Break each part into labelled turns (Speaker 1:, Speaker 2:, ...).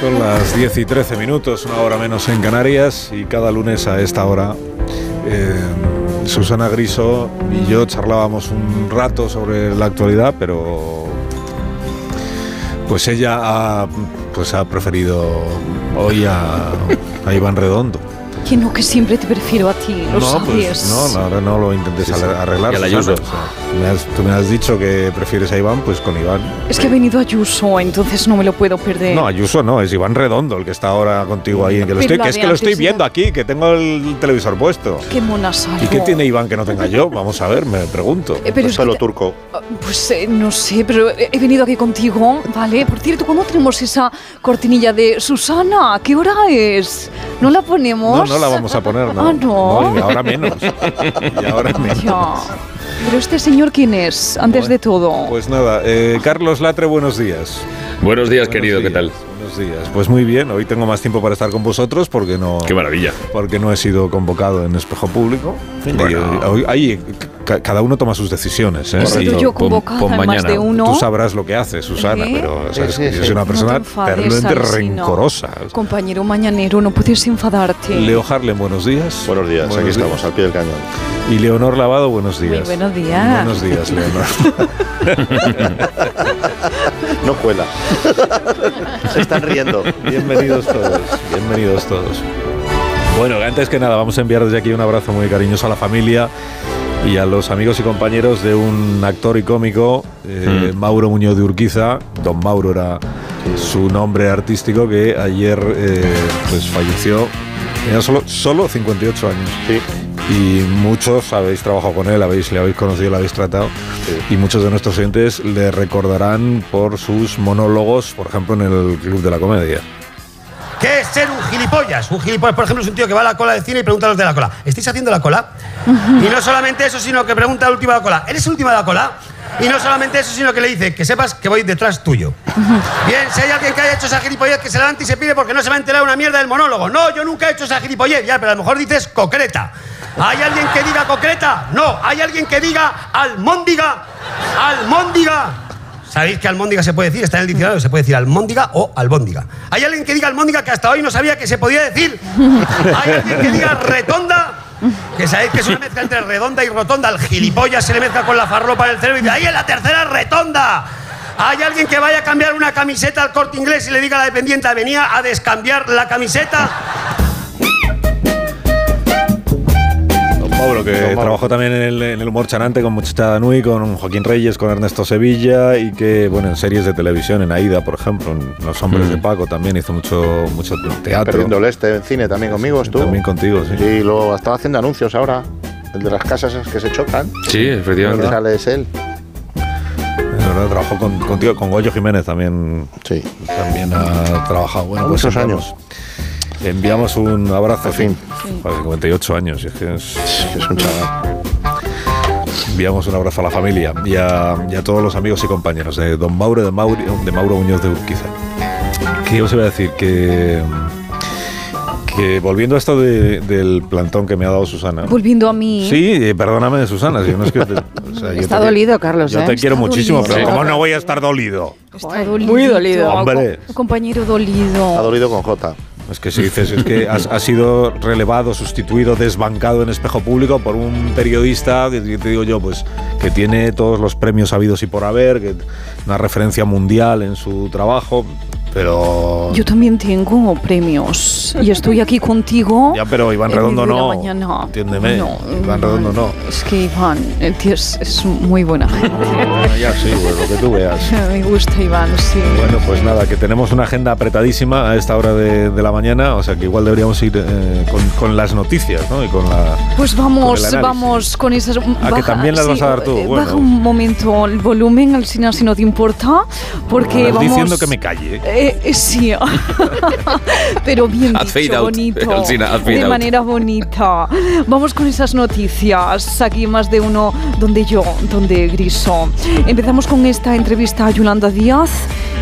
Speaker 1: Son las 10 y 13 minutos, una hora menos en Canarias y cada lunes a esta hora eh, Susana Griso y yo charlábamos un rato sobre la actualidad, pero pues ella ha, pues ha preferido hoy a, a Iván Redondo.
Speaker 2: Que no, que siempre te prefiero a ti,
Speaker 1: no,
Speaker 2: lo sabes.
Speaker 1: pues no, no, ahora no lo intentes
Speaker 3: Sí, sí.
Speaker 1: arreglar.
Speaker 3: Y a la
Speaker 1: Susana.
Speaker 3: Ayuso.
Speaker 1: O sea, me has- tú me has dicho que prefieres a Iván, pues con Iván.
Speaker 2: Es que ha venido Ayuso, entonces no me lo puedo perder.
Speaker 1: No, Ayuso no, es Iván Redondo el que está ahora contigo ahí. Que, lo
Speaker 2: Pero
Speaker 1: estoy,
Speaker 2: la
Speaker 1: que es
Speaker 2: de
Speaker 1: que lo
Speaker 2: antes
Speaker 1: estoy
Speaker 2: era-
Speaker 1: viendo aquí, que tengo el televisor puesto.
Speaker 2: Qué mona salgo.
Speaker 1: ¿Y qué tiene Iván que no tenga yo? Vamos a ver, me pregunto.
Speaker 2: Eh, pero es que
Speaker 4: Solo
Speaker 2: te-
Speaker 4: turco.
Speaker 2: ah, pues eh, no sé, pero he he venido aquí contigo, ¿vale? Por cierto, ¿cuándo tenemos esa cortinilla de Susana? ¿Qué hora es? ¿No la
Speaker 1: No,
Speaker 2: ponemos?
Speaker 1: no la vamos a poner, ¿no?
Speaker 2: Ah, no.
Speaker 1: y ahora menos. Y ahora
Speaker 2: Ya.
Speaker 1: menos.
Speaker 2: Pero este señor, ¿quién es? Antes
Speaker 1: Bueno,
Speaker 2: de todo.
Speaker 1: Pues nada, eh, Carlos Latre, buenos días.
Speaker 3: Buenos días, querido,
Speaker 1: Buenos
Speaker 3: ¿qué tal?
Speaker 1: días, Buenos días. Pues muy bien, hoy tengo más tiempo para estar con vosotros porque no,
Speaker 3: Qué maravilla.
Speaker 1: porque no he sido convocado en espejo público.
Speaker 3: Bueno.
Speaker 1: Y, eh, hoy- ahí, ca- cada uno toma sus decisiones. ¿eh?
Speaker 2: He
Speaker 3: correcto,
Speaker 2: sido yo
Speaker 3: pon-
Speaker 2: convocada
Speaker 3: pon
Speaker 2: en más
Speaker 3: mañana.
Speaker 2: de uno.
Speaker 1: Tú sabrás lo que hace, Susana,
Speaker 2: ¿Eh?
Speaker 1: pero o sea, es
Speaker 4: Sí,
Speaker 1: que
Speaker 4: sí,
Speaker 1: yo
Speaker 4: sí.
Speaker 1: soy una
Speaker 2: No te
Speaker 1: persona
Speaker 2: enfades,
Speaker 1: terriblemente
Speaker 2: Alsina.
Speaker 1: rencorosa.
Speaker 2: Compañero mañanero, no puedes enfadarte.
Speaker 1: Leo Harlem, buenos días.
Speaker 4: Buenos días, aquí estamos, al pie del cañón.
Speaker 1: Y Leonor Lavado, buenos días.
Speaker 2: Muy buenos días.
Speaker 1: Buenos días, Leonor.
Speaker 4: No cuela. Se están riendo.
Speaker 1: bienvenidos todos, bienvenidos todos. Bueno, antes que nada, vamos a enviar desde aquí un abrazo muy cariñoso a la familia y a los amigos y compañeros de un actor y cómico, eh, Mauro Muñoz de Urquiza. Don Mauro era su nombre artístico que ayer eh, pues falleció. Tenía solo, solo 58 años.
Speaker 4: Sí.
Speaker 1: y muchos habéis trabajado con él, habéis, le habéis conocido, le habéis tratado y muchos de nuestros oyentes le recordarán por sus monólogos, por ejemplo, en el Club de la Comedia.
Speaker 5: ¿Qué es ser un gilipollas? Un gilipollas, por ejemplo, es un tío que va a la cola del cine y pregunta a los de la cola, ¿estáis haciendo la cola? Y no solamente eso, sino que pregunta al último de la cola, ¿eres el último de la cola? Y no solamente eso, sino que le dice, que sepas que voy detrás tuyo. Bien, si hay alguien que haya hecho esa gilipollez, que se levante y se pide porque no se va a enterar una mierda del monólogo. No, yo nunca he hecho esa gilipollez, ya, pero a lo mejor dices concreta. ¿Hay alguien que diga concreta? No, hay alguien que diga almóndiga, almóndiga. ¿Sabéis que almóndiga se puede decir? Está en el diccionario, se puede decir almóndiga o albóndiga. ¿Hay alguien que diga almóndiga que hasta hoy no sabía que se podía decir? ¿Hay alguien que diga retonda? Que sabéis que es una mezcla entre redonda y rotonda. Al gilipollas se le mezcla con la farropa en el cerebro y dice, ¡ahí es la tercera retonda! ¿Hay alguien que vaya a cambiar una camiseta al corte inglés y le diga a la dependiente, venía a descambiar la camiseta?
Speaker 1: Don Pablo, que trabajó también en el, en el humor chanante con Muchachada Nui, con Joaquín Reyes, con Ernesto Sevilla y que, bueno, en series de televisión, en Aida, por ejemplo, en Los Hombres de Paco también hizo mucho, mucho teatro.
Speaker 4: Perdiendo el este en cine también conmigo, tú.
Speaker 1: También contigo, sí.
Speaker 4: Y luego estaba haciendo anuncios ahora. El de las casas esas que se chocan.
Speaker 3: Sí,
Speaker 4: ¿Dónde
Speaker 3: efectivamente.
Speaker 4: sale es él?
Speaker 1: De verdad, trabajó con- contigo, con Goyo Jiménez también
Speaker 4: Sí.
Speaker 1: también ha trabajado bueno,
Speaker 4: Ah,
Speaker 1: pues
Speaker 4: muchos
Speaker 1: enviamos-
Speaker 4: años.
Speaker 1: Enviamos un abrazo.
Speaker 4: Al fin.
Speaker 1: A 58 años, y es que es-
Speaker 4: Es un chaval.
Speaker 1: enviamos un abrazo a la familia y a, y a todos los amigos y compañeros de Don Mauro de Mauro, de Mauro Muñoz de Urquiza. Que os iba a decir que que volviendo a esto de- del plantón que me ha dado Susana.
Speaker 2: Volviendo a mí.
Speaker 1: Sí, eh, perdóname, Susana, si no es que te- o sea, yo
Speaker 6: Está
Speaker 1: te-
Speaker 6: dolido, Carlos,
Speaker 1: Yo
Speaker 6: ¿eh?
Speaker 1: te quiero
Speaker 2: Está
Speaker 1: muchísimo,
Speaker 2: dolido.
Speaker 1: pero
Speaker 2: Sí.
Speaker 1: ¿cómo no voy a estar dolido?
Speaker 2: Está
Speaker 6: Joder,
Speaker 2: dolidito,
Speaker 6: muy dolido.
Speaker 2: co-
Speaker 1: Hombre.
Speaker 2: Compañero
Speaker 4: Ha
Speaker 2: dolido.
Speaker 4: dolido con J.
Speaker 1: Es que si dices, es que has- ha sido relevado, sustituido, desbancado en espejo público por un periodista, que te digo yo, pues que tiene todos los premios habidos y por haber, que una referencia mundial en su trabajo, pero...
Speaker 2: Yo también tengo premios y estoy aquí contigo.
Speaker 1: Ya, pero Iván
Speaker 2: en
Speaker 1: Redondo
Speaker 2: medio de la
Speaker 1: no.
Speaker 2: mañana.
Speaker 1: Entiéndeme,
Speaker 2: No,
Speaker 1: Iván Redondo no.
Speaker 2: Es que Iván, el tío es, es muy buena gente.
Speaker 1: Bueno, ya sí, pues, lo que tú veas.
Speaker 2: Me gusta Iván, sí.
Speaker 1: Bueno, pues nada, que tenemos una agenda apretadísima a esta hora de, de la mañana, o sea que igual deberíamos ir eh, con, con las noticias, ¿no? Y con la...
Speaker 2: Pues
Speaker 1: con el
Speaker 2: vamos,
Speaker 1: análisis.
Speaker 2: vamos con esas.
Speaker 1: Ah, que también las vas a dar tú. todo.
Speaker 2: eh,
Speaker 1: bueno.
Speaker 2: Baja un momento el volumen, al final, si no te importa, porque
Speaker 1: Me estás
Speaker 2: vamos...
Speaker 1: diciendo que me calle.
Speaker 2: Eh, eh, sí, pero bien
Speaker 3: Haz fade
Speaker 2: dicho,
Speaker 3: out,
Speaker 2: bonito,
Speaker 3: Alsina, haz fade
Speaker 2: de
Speaker 3: out.
Speaker 2: manera bonita. Vamos con esas noticias, aquí más de uno donde yo, donde Griso. Empezamos con esta entrevista a Yolanda Díaz,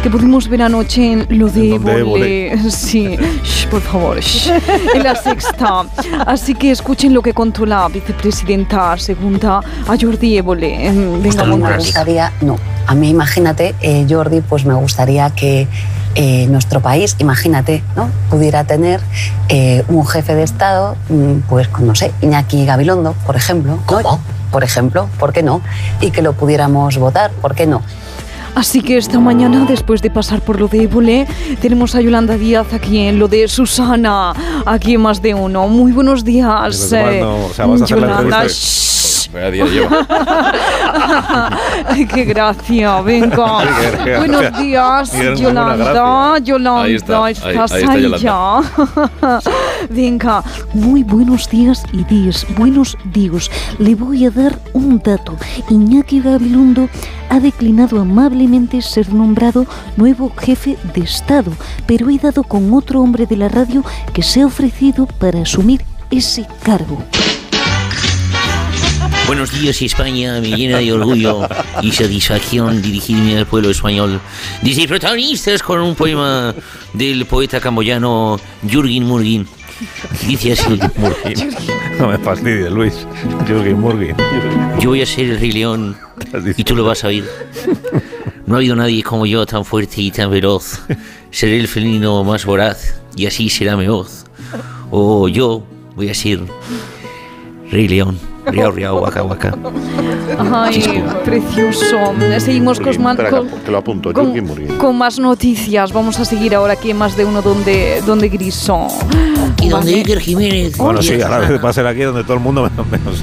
Speaker 2: que pudimos ver anoche en lo de
Speaker 1: En donde
Speaker 2: Évole. Sí, Shh, por favor, shh. en la sexta. Así que escuchen lo que contó la vicepresidenta segunda a Jordi Évole. Mm, Venga,
Speaker 7: A mí me
Speaker 2: Montes.
Speaker 7: gustaría, no, a mí imagínate, eh, Jordi, pues me gustaría que eh, nuestro país, imagínate, ¿no? pudiera tener eh, un jefe de Estado, mm, pues con, no sé, Iñaki Gabilondo, por ejemplo. ¿no? Por ejemplo, ¿por qué no? Y que lo pudiéramos votar, ¿por qué no?
Speaker 2: Así que esta mañana, después de pasar por lo de Évole, tenemos a Yolanda Díaz aquí en lo de Susana, aquí en más de uno. Muy buenos días. eh.
Speaker 1: Pero además no, o sea, vas a hacer la
Speaker 2: Yolanda,
Speaker 1: entrevista
Speaker 2: shh.
Speaker 3: Vaya día lleva.
Speaker 2: Ay, qué gracia, venga.
Speaker 1: Qué gracia.
Speaker 2: buenos días,
Speaker 1: Tiene ninguna
Speaker 2: Yolanda.
Speaker 1: gracia.
Speaker 2: Yolanda,
Speaker 3: Ahí está, ahí-
Speaker 2: estás
Speaker 3: ahí está
Speaker 2: ahí
Speaker 3: Yolanda.
Speaker 2: ya. venga,
Speaker 8: Muy buenos días y días, buenos días. Le voy a dar un dato. Iñaki Gabilondo ha declinado amablemente ser nombrado nuevo jefe de Estado, pero he dado con otro hombre de la radio que se ha ofrecido para asumir ese cargo.
Speaker 9: Buenos días España, me llena de orgullo y satisfacción dirigirme al pueblo español. Dice protagonistas con un poema del poeta camboyano Jürgen Murgin. Dice así, Murgin.
Speaker 1: No me fastidies, Luis. Jürgen Murgin.
Speaker 9: Yo voy a ser el rey león
Speaker 1: Estás
Speaker 9: y tú
Speaker 1: diciendo-
Speaker 9: lo vas a oír. No ha habido nadie como yo tan fuerte y tan veloz. Seré el felino más voraz y así será mi voz. O yo voy a ser rey león. Riau, riau, guaca, guaca.
Speaker 2: ay, precioso. Seguimos con,
Speaker 4: Murguín,
Speaker 2: más-
Speaker 4: espera,
Speaker 2: con-
Speaker 4: que apu- que lo apunto,
Speaker 2: con,
Speaker 4: Jürgen Murguín.
Speaker 2: con más noticias. Vamos a seguir ahora aquí en más de uno donde, donde Griso.
Speaker 9: Y donde
Speaker 2: Vale.
Speaker 9: Iker Jiménez.
Speaker 1: Bueno, sí,
Speaker 9: Iker
Speaker 1: ahora
Speaker 9: Jiménez.
Speaker 1: va a ser aquí donde todo el mundo menos, menos-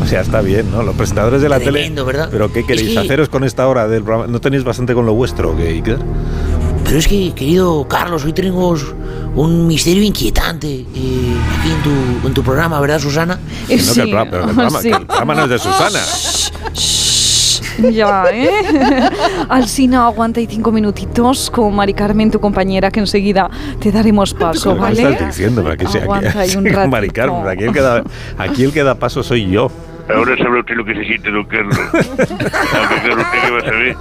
Speaker 1: O sea, está bien, ¿no? Los presentadores de la
Speaker 9: Tremendo,
Speaker 1: tele.
Speaker 9: ¿verdad?
Speaker 1: Pero ¿qué
Speaker 9: Es
Speaker 1: queréis
Speaker 9: que-
Speaker 1: haceros con esta hora del programa? ¿No tenéis bastante con lo vuestro, que Iker?
Speaker 9: Pero es que, querido Carlos, hoy tenemos un misterio inquietante eh, aquí en tu, en tu programa, ¿verdad, Susana?
Speaker 2: Eh,
Speaker 1: Que no, que el programa- pero que el programa- que el programa no es de Susana.
Speaker 2: Ya, ¿eh? Alsina, aguanta y cinco minutitos con Mari Carmen, tu compañera, que enseguida te daremos paso,
Speaker 1: Pero ¿Qué
Speaker 2: ¿vale?
Speaker 1: estás diciendo? Pero Aquí, sí, aquí,
Speaker 2: Aguanta ahí un
Speaker 1: sí,
Speaker 2: ratito.
Speaker 1: Mari Carmen, aquí el, que da, aquí el que da paso soy yo.
Speaker 10: Ahora sabrá usted lo que se siente, don Carlos. Aunque claro, usted que va a saber.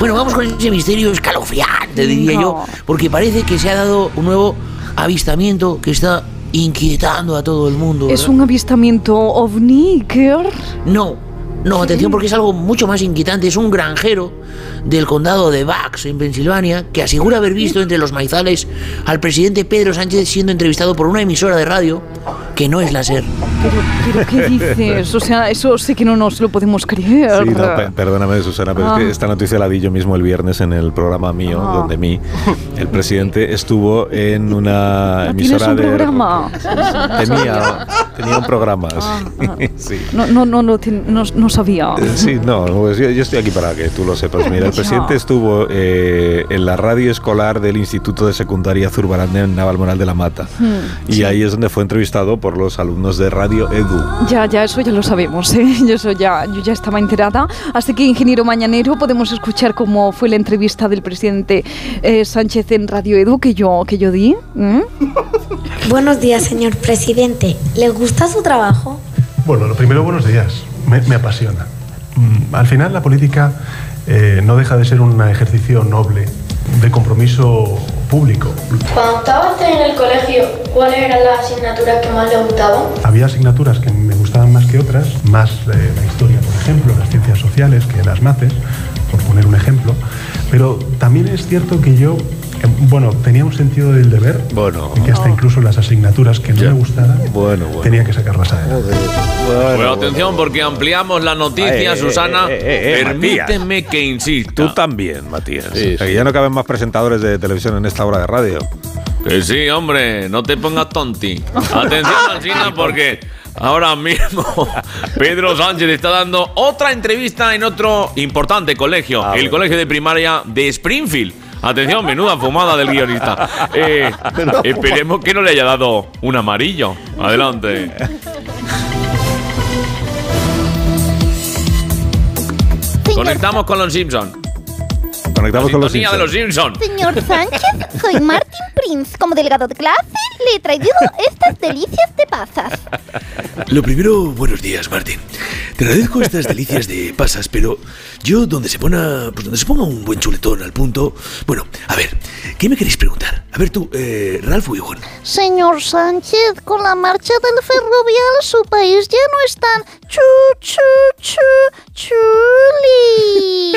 Speaker 9: Bueno, vamos con ese misterio escalofriante, diría
Speaker 2: No.
Speaker 9: yo, porque parece que se ha dado un nuevo avistamiento que está inquietando a todo el mundo.
Speaker 2: Es
Speaker 9: ¿verdad?
Speaker 2: un avistamiento ovni, Iker.
Speaker 9: No, no, atención porque es algo mucho más inquietante. Es un granjero del condado de Bucks, en Pensilvania, que asegura haber visto entre los maizales al presidente Pedro Sánchez siendo entrevistado por una emisora de radio que no es la SER.
Speaker 2: Pero, pero ¿qué dices? O sea, eso sí que no nos lo podemos creer.
Speaker 1: Sí, no, pe- perdóname, Susana, pero es
Speaker 2: Ah.
Speaker 1: que esta noticia la di yo mismo el viernes en el programa mío,
Speaker 2: Ah.
Speaker 1: donde mí, el presidente estuvo en una
Speaker 2: Ah, tienes
Speaker 1: emisora
Speaker 2: un
Speaker 1: de.
Speaker 2: programa. Ah.
Speaker 1: Tenía, tenía un programa, sí. sí.
Speaker 2: no, no, no, lo ten- no, no sabía.
Speaker 1: Eh, Sí, no, pues yo, yo estoy aquí para que tú lo sepas. Mira, el
Speaker 2: Ya.
Speaker 1: presidente estuvo eh, en la radio escolar del Instituto de Secundaria Zurbarande en Navalmoral de la Mata.
Speaker 2: Hmm.
Speaker 1: y ahí es donde fue entrevistado por los alumnos de Radio Edu.
Speaker 2: Ya, ya, eso ya lo sabemos, ¿eh? Yo, eso ya, yo ya estaba enterada. Así que, ingeniero mañanero, podemos escuchar cómo fue la entrevista del presidente eh, Sánchez en Radio Edu que yo, que yo di. ¿Mm?
Speaker 11: Buenos días, señor presidente. ¿Le gusta su trabajo?
Speaker 12: Bueno, lo primero, buenos días. Me, me apasiona. Mm, Al final, la política eh, no deja de ser un ejercicio noble de compromiso público.
Speaker 11: Cuando estaba usted en el colegio, ¿cuáles eran las asignaturas que más le gustaban?
Speaker 12: Había asignaturas que me gustaban más que otras, más eh, la historia, por ejemplo, las ciencias sociales que las mates, por poner un ejemplo. Pero también es cierto que yo, eh, bueno, tenía un sentido del deber,
Speaker 1: Bueno.
Speaker 12: y que hasta incluso las asignaturas que no me gustaran,
Speaker 1: Bueno, bueno.
Speaker 12: tenía que sacarlas adelante.
Speaker 3: Bueno, atención porque ampliamos la noticia,
Speaker 1: Eh, eh,
Speaker 3: Susana.
Speaker 1: eh, eh, eh,
Speaker 3: Permíteme que insista.
Speaker 1: Tú también, Matías.
Speaker 3: Sí,
Speaker 1: O sea, que Ya no caben más presentadores de televisión en esta hora de radio.
Speaker 3: Que sí, hombre, no te pongas tonti. Atención, Alcina, porque ahora mismo Pedro Sánchez está dando otra entrevista en otro importante colegio,
Speaker 1: Ah,
Speaker 3: el colegio de primaria de Springfield. Atención, menuda fumada del guionista. Eh, esperemos que no le haya dado un amarillo. Adelante. Conectamos con los Simpsons.
Speaker 1: Conectamos con los
Speaker 3: Sintonía de los Simpsons.
Speaker 13: Señor Sánchez, soy Martin Prince. Como delegado de clase, le he traído estas delicias de pasas.
Speaker 14: Lo primero, buenos días, Martín. Te agradezco estas delicias de pasas, pero yo donde se ponga, pues donde se ponga un buen chuletón al punto. Bueno, a ver, ¿qué me queréis preguntar? A ver tú, eh, Ralph Wiggum.
Speaker 13: Señor Sánchez, con la marcha del ferrovial, su país ya no es tan chu, chu, chu, chuli.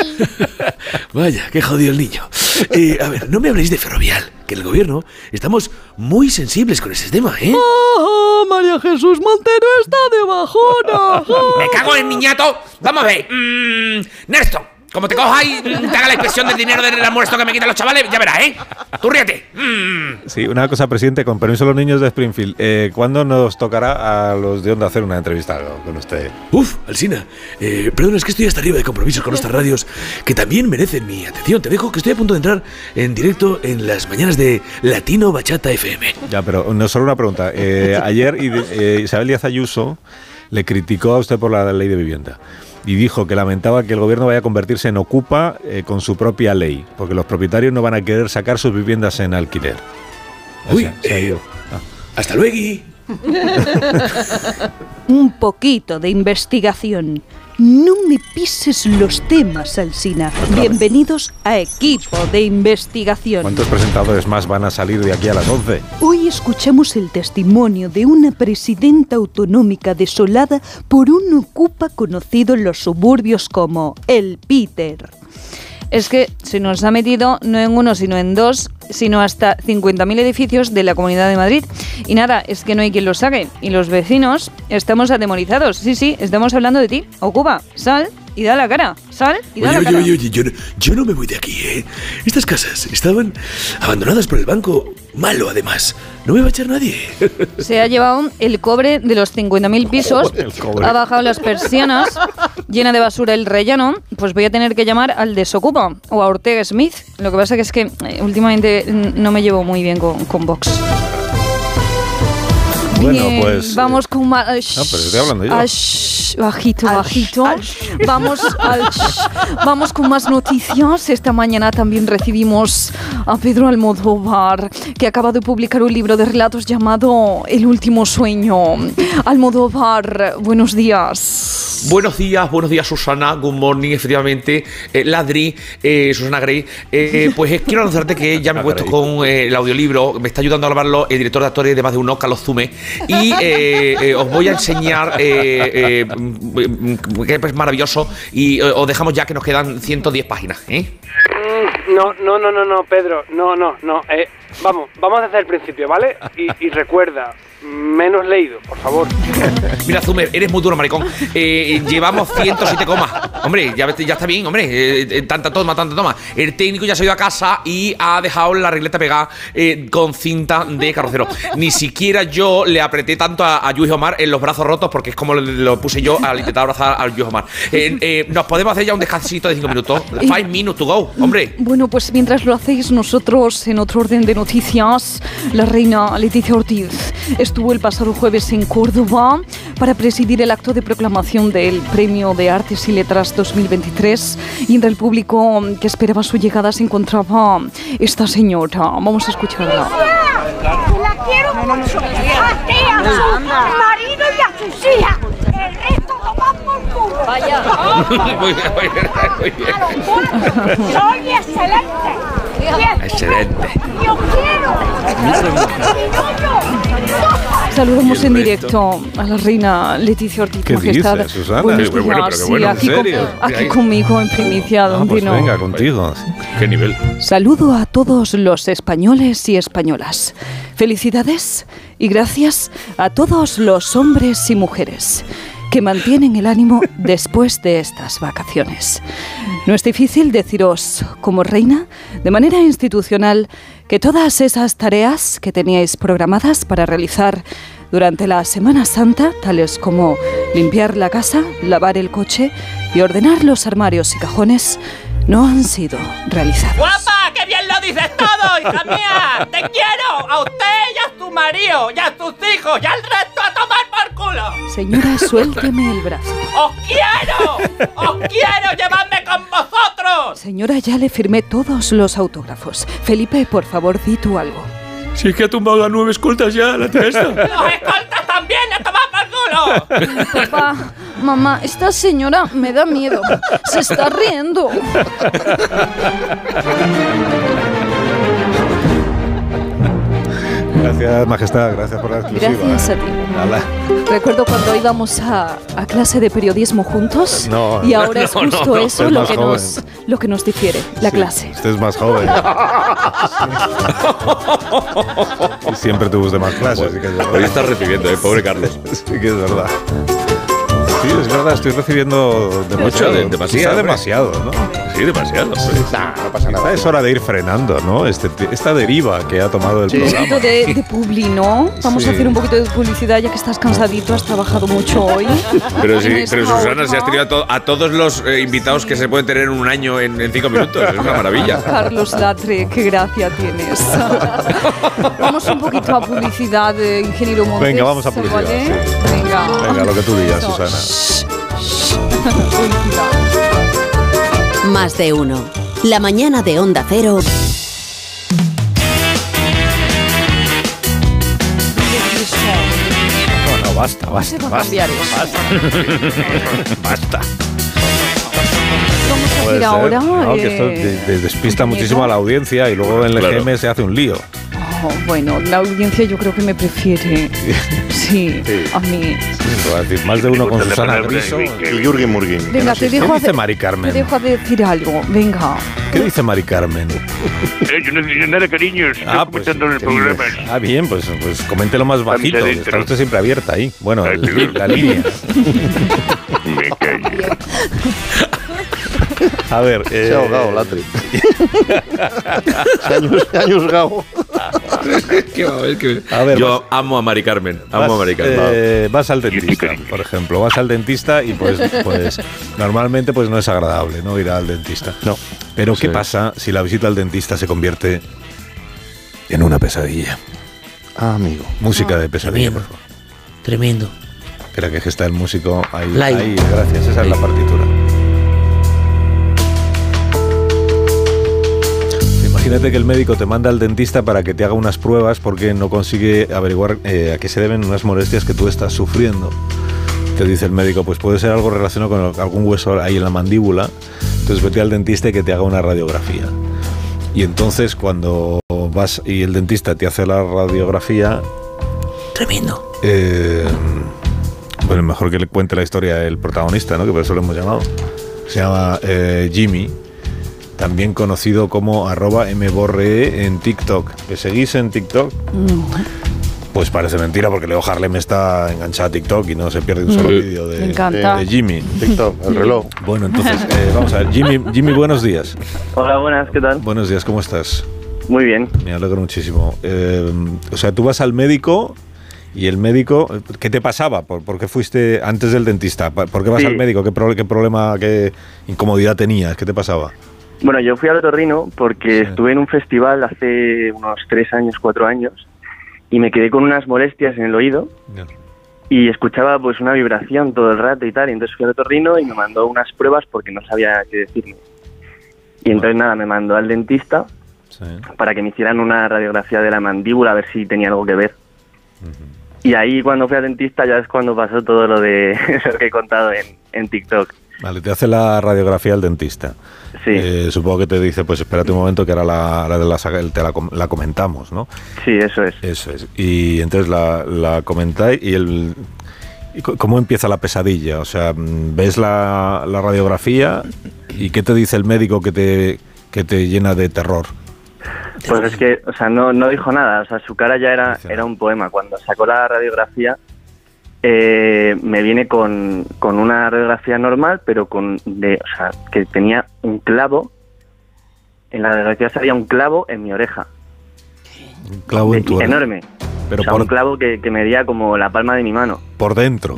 Speaker 14: Vaya, qué jodido el niño. Eh, a ver, no me habléis de ferrovial, que en el gobierno estamos muy sensibles con ese tema, ¿eh?
Speaker 2: ¡Ah, María Jesús Montero está de bajona!
Speaker 15: Me cago en mi ñato. Vamos a ver. Mm, Néstor, como te coja y mm, te haga la inspección del dinero del almuerzo que me quitan los chavales, ya verás, ¿eh? Tú ríete. Mm.
Speaker 1: Sí, una cosa, presidente, con permiso de los niños de Springfield. Eh, ¿Cuándo nos tocará a los de Onda hacer una entrevista con usted?
Speaker 14: Uf, Alsina, eh, perdón, es que estoy hasta arriba de compromisos con nuestras radios que también merecen mi atención. Te dejo que estoy a punto de entrar en directo en las mañanas de Latino Bachata FM.
Speaker 1: Ya, pero no solo una pregunta. Eh, ayer Ide- eh, Isabel Díaz Ayuso le criticó a usted por la ley de vivienda y dijo que lamentaba que el gobierno vaya a convertirse en ocupa eh, con su propia ley, porque los propietarios no van a querer sacar sus viviendas en alquiler.
Speaker 14: Uy, eh,
Speaker 1: Ah.
Speaker 14: hasta luego.
Speaker 8: Un poquito de investigación. No me pises los temas, Alsina. Bienvenidos a Equipo de Investigación.
Speaker 1: ¿Cuántos presentadores más van a salir de aquí a las 11?
Speaker 8: Hoy escuchamos el testimonio de una presidenta autonómica desolada por un ocupa conocido en los suburbios como el Peter.
Speaker 2: Es que se nos ha metido no en uno, sino en dos, sino hasta 50.000 edificios de la Comunidad de Madrid. Y nada, es que no hay quien los saque. Y los vecinos estamos atemorizados. Sí, sí, estamos hablando de ti. Ocupa, sal y da la cara. Sal y da
Speaker 14: Oye,
Speaker 2: la
Speaker 14: oye,
Speaker 2: cara.
Speaker 14: oye, oye, yo, no- yo no me voy de aquí, ¿eh? Estas casas estaban abandonadas por el banco malo, además. No me va a echar nadie.
Speaker 2: Se ha llevado el cobre de los 50.000 pisos,
Speaker 14: Joder, el cobre.
Speaker 2: ha bajado las persianas, llena de basura el rellano, pues voy a tener que llamar al Desocupa o a Ortega Smith. Lo que pasa que es que eh, últimamente mm, no me llevo muy bien con, con Vox.
Speaker 1: Bueno,
Speaker 2: Bien,
Speaker 1: pues.
Speaker 2: Vamos con más.
Speaker 1: No, pero estoy hablando yo.
Speaker 2: bajito, bajito. Vamos, al shh. vamos con más noticias. Esta mañana también recibimos a Pedro Almodóvar, que acaba de publicar un libro de relatos llamado El último sueño. Almodóvar, buenos días.
Speaker 15: Buenos días, buenos días Susana, good morning, efectivamente, eh, Ladri, eh, Susana Grey, eh, pues eh, quiero anunciarte que ya me he puesto con eh, el audiolibro, me está ayudando a grabarlo el director de actores de más de un Oscar, Los Zume, y eh, eh, os voy a enseñar eh, eh, mm, mm, que es maravilloso y eh, os dejamos ya que nos quedan 110 páginas, ¿eh?
Speaker 16: Mm, No, no, no, no, no, Pedro, no, no, no. eh, vamos, vamos desde el principio, ¿vale? Y, y recuerda, menos leído, por favor.
Speaker 15: Mira, Zumer, eres muy duro, maricón. Eh, llevamos 107 comas. Hombre, ya, ya está bien, hombre. Eh, eh, tanta toma, tanta toma. El técnico ya se ha ido a casa y ha dejado la regleta pegada eh, con cinta de carrocero. Ni siquiera yo le apreté tanto a, a Luis Omar en los brazos rotos porque es como lo, lo puse yo al intentar abrazar a Luis Omar. Eh, eh, Nos podemos hacer ya un descansito de 5 minutos.
Speaker 2: Y-
Speaker 15: 5 minutes to go, hombre.
Speaker 2: Bueno, pues mientras lo hacéis nosotros, en otro orden de noticias, la reina Leticia Ortiz estuvo el pasado jueves en Córdoba para presidir el acto de proclamación del Premio de Artes y Letras 2023 y entre el público que esperaba su llegada se encontraba esta señora. Vamos a escucharla.
Speaker 17: La quiero mucho. A ti, a su marido y a sus hijas. El resto lo va por culo. Vaya.
Speaker 15: muy bien, muy bien, muy bien.
Speaker 17: Soy excelente. Y
Speaker 15: Excelente.
Speaker 17: es- Yo quiero.
Speaker 2: Saludamos
Speaker 15: Y el
Speaker 2: en
Speaker 15: resto.
Speaker 2: directo a la reina Leticia Ortiz,
Speaker 1: ¿Qué
Speaker 2: majestad.
Speaker 1: dices, Susana?
Speaker 2: Buenos
Speaker 1: Pero bueno, pero
Speaker 2: días,
Speaker 1: qué
Speaker 2: sí,
Speaker 1: bueno, ¿en
Speaker 2: aquí, con-
Speaker 1: serio?
Speaker 2: aquí
Speaker 1: Ahí.
Speaker 2: conmigo en primicia, don
Speaker 1: Pues
Speaker 2: Dino.
Speaker 1: venga, contigo.
Speaker 15: ¿Qué nivel?
Speaker 2: Saludo a todos los españoles y españolas. Felicidades y gracias a todos los hombres y mujeres que mantienen el ánimo después de estas vacaciones. No es difícil deciros, como reina, de manera institucional, que todas esas tareas que teníais programadas para realizar durante la Semana Santa, tales como limpiar la casa, lavar el coche y ordenar los armarios y cajones, no han sido realizadas.
Speaker 18: ¡Guapa! ¡Qué bien lo dices todo, hija mía! ¡Te quiero! ¡A usted y a su marido! ¡Y a sus hijos! ¡Y al resto a tomar por culo!
Speaker 2: Señora, suélteme el brazo.
Speaker 18: ¡Os quiero! ¡Os quiero! ¡Llevadme con vosotros!
Speaker 2: Señora, ya le firmé todos los autógrafos. Felipe, por favor, di tú algo.
Speaker 19: Si es que ha tumbado las nueve escoltas ya, la tía esta.
Speaker 18: ¡Los escoltas también! ¡A tomar por culo!
Speaker 2: Papá, mamá, esta señora me da miedo. Se está riendo.
Speaker 1: Gracias, majestad, gracias por la exclusiva. eh.
Speaker 2: Gracias a ti.
Speaker 1: Ala.
Speaker 2: Recuerdo cuando íbamos a, a clase de periodismo juntos
Speaker 1: No,
Speaker 2: y ahora
Speaker 1: no,
Speaker 2: es justo
Speaker 1: no, no,
Speaker 2: eso
Speaker 1: es
Speaker 2: lo,
Speaker 1: más
Speaker 2: que
Speaker 1: joven.
Speaker 2: nos, lo que nos difiere, la
Speaker 1: Sí,
Speaker 2: clase.
Speaker 1: Usted es más joven. Y Siempre tuvo usted más clases. sí que es verdad.
Speaker 3: Hoy estás recibiendo, eh, pobre Carlos.
Speaker 1: Sí que es verdad. Sí, es verdad, estoy recibiendo demasiado.
Speaker 3: Mucho, de- demasiado,
Speaker 1: Quizá
Speaker 3: hombre.
Speaker 1: demasiado, ¿no?
Speaker 3: Sí, demasiado. pues.
Speaker 1: no pasa nada. Es hora de ir frenando, ¿no? Este, esta deriva que ha tomado el
Speaker 2: Un
Speaker 1: programa.
Speaker 2: poquito de, de publi, ¿no? Vamos
Speaker 1: Sí.
Speaker 2: a hacer un poquito de publicidad ya que estás cansadito, has trabajado mucho hoy.
Speaker 3: Pero, sí,
Speaker 2: En esta
Speaker 3: pero Susana,
Speaker 2: hora.
Speaker 3: si has tenido a, to- a todos los eh, invitados que se pueden tener en un año en, en cinco minutos. Es una maravilla.
Speaker 2: Carlos Latre, qué gracia tienes. vamos un poquito a publicidad, eh, ingeniero Montes.
Speaker 1: Venga, vamos a publicidad,
Speaker 2: ¿vale?
Speaker 1: sí.
Speaker 2: Venga.
Speaker 1: Venga, lo que tú digas,
Speaker 2: Eso.
Speaker 1: Susana.
Speaker 20: Más de uno. La mañana de Onda Cero.
Speaker 1: No, no, basta,
Speaker 2: Se
Speaker 1: basta.
Speaker 2: va a
Speaker 1: Basta.
Speaker 2: cambiar eso.
Speaker 1: Basta. Basta.
Speaker 2: Vamos a
Speaker 1: Puede
Speaker 2: ir
Speaker 1: ser,
Speaker 2: ahora.
Speaker 1: ¿no? que esto
Speaker 2: eh,
Speaker 1: de- de- despista muchísimo a la audiencia y luego en el GM se hace un lío.
Speaker 2: oh, bueno, la audiencia yo creo que me prefiere. Sí, a mí.
Speaker 1: Lo va a decir, más de uno con Susana Griso.
Speaker 4: El Jürgen Murgin.
Speaker 2: Venga, te dejo,
Speaker 1: ¿Qué
Speaker 2: a
Speaker 1: dice Mari Carmen?
Speaker 2: te dejo a decir algo. Venga.
Speaker 1: ¿Qué dice Mari Carmen?
Speaker 10: Eh, yo no digo nada, cariños. Estoy
Speaker 1: Ah, pues,
Speaker 10: comentando en el
Speaker 1: sí.
Speaker 10: programa.
Speaker 1: Ah, bien, pues, pues coméntelo más bajito. que Está
Speaker 10: adentro.
Speaker 1: usted siempre abierta ahí. Bueno, el-
Speaker 10: perdón.
Speaker 1: la línea.
Speaker 10: Me callo.
Speaker 1: A ver. eh,
Speaker 4: Se ha ahogado, Latre. se ha ñus- se ha ñusgado.
Speaker 1: A ver,
Speaker 3: Yo amo a Mari Carmen. Amo
Speaker 1: vas,
Speaker 3: a Mari Carmen.
Speaker 1: eh, vas al dentista, por ejemplo. Vas al dentista y pues, pues normalmente pues no es agradable, ¿no? Ir al dentista. No. Pero ¿qué pasa si la visita al dentista se convierte en una pesadilla? Ah, amigo. Música de pesadilla, por favor.
Speaker 9: Tremendo.
Speaker 1: Espera que es que está el músico ahí.
Speaker 9: Live.
Speaker 1: Ahí, gracias. Esa es la partitura. Imagínate que el médico te manda al dentista para que te haga unas pruebas porque no consigue averiguar eh, a qué se deben unas molestias que tú estás sufriendo. Te dice el médico, pues puede ser algo relacionado con algún hueso ahí en la mandíbula. Entonces vete al dentista y que te haga una radiografía. Y entonces cuando vas y el dentista te hace la radiografía...
Speaker 9: Tremendo.
Speaker 1: eh, bueno, mejor que le cuente la historia el protagonista, ¿no? Que por eso lo hemos llamado. Se llama eh, Jimmy, también conocido como arroba mborre en TikTok. ¿Le seguís en TikTok?
Speaker 2: No.
Speaker 1: Pues parece mentira porque Leo Harlem está enganchado a TikTok y no se pierde un solo
Speaker 2: Mm.
Speaker 1: vídeo de,
Speaker 2: Me encanta.
Speaker 1: de Jimmy.
Speaker 4: TikTok, el reloj.
Speaker 1: Bueno, entonces, eh, vamos a ver. Jimmy, Jimmy, buenos días.
Speaker 21: Hola, buenas, ¿qué tal?
Speaker 1: Buenos días, ¿cómo estás?
Speaker 21: Muy bien.
Speaker 1: Me alegro muchísimo. Eh, o sea, tú vas al médico y el médico, ¿qué te pasaba? ¿Por, por qué fuiste antes del dentista? ¿Por por qué vas
Speaker 21: Sí.
Speaker 1: al médico? ¿Qué, pro- ¿Qué problema, qué incomodidad tenías? ¿Qué te pasaba?
Speaker 21: Bueno, yo fui al otorrino porque estuve en un festival hace unos tres años, cuatro años, y me quedé con unas molestias en el oído y escuchaba pues una vibración todo el rato y tal, y entonces fui al otorrino y me mandó unas pruebas porque no sabía qué decirme. Y entonces nada, me mandó al dentista para que me hicieran una radiografía de la mandíbula a ver si tenía algo que ver. Y ahí cuando fui al dentista ya es cuando pasó todo lo de lo que he contado en, en TikTok.
Speaker 1: Vale, te hace la radiografía el dentista. Eh,
Speaker 21: Sí.
Speaker 1: supongo que te dice, pues espérate un momento que ahora la, la, de la, saca- te la, com- la comentamos, ¿no?
Speaker 21: Sí, eso es.
Speaker 1: Eso es. Y entonces la, la comentáis y el... ¿y co- ¿Cómo empieza la pesadilla? O sea, mm, ves la, la radiografía y ¿qué te dice el médico que te, que te llena de terror?
Speaker 21: Pues es que, o sea, no, no dijo nada. O sea, su cara ya era, era un poema. Cuando sacó la radiografía, eh, me viene con, con una radiografía normal, pero con de, o sea, que tenía un clavo. En la radiografía salía un clavo en mi oreja.
Speaker 1: Un clavo en tu oreja.
Speaker 21: Enorme.
Speaker 1: Pero
Speaker 21: O sea,
Speaker 1: por-
Speaker 21: un clavo que, que medía como la palma de mi mano.
Speaker 1: Por dentro.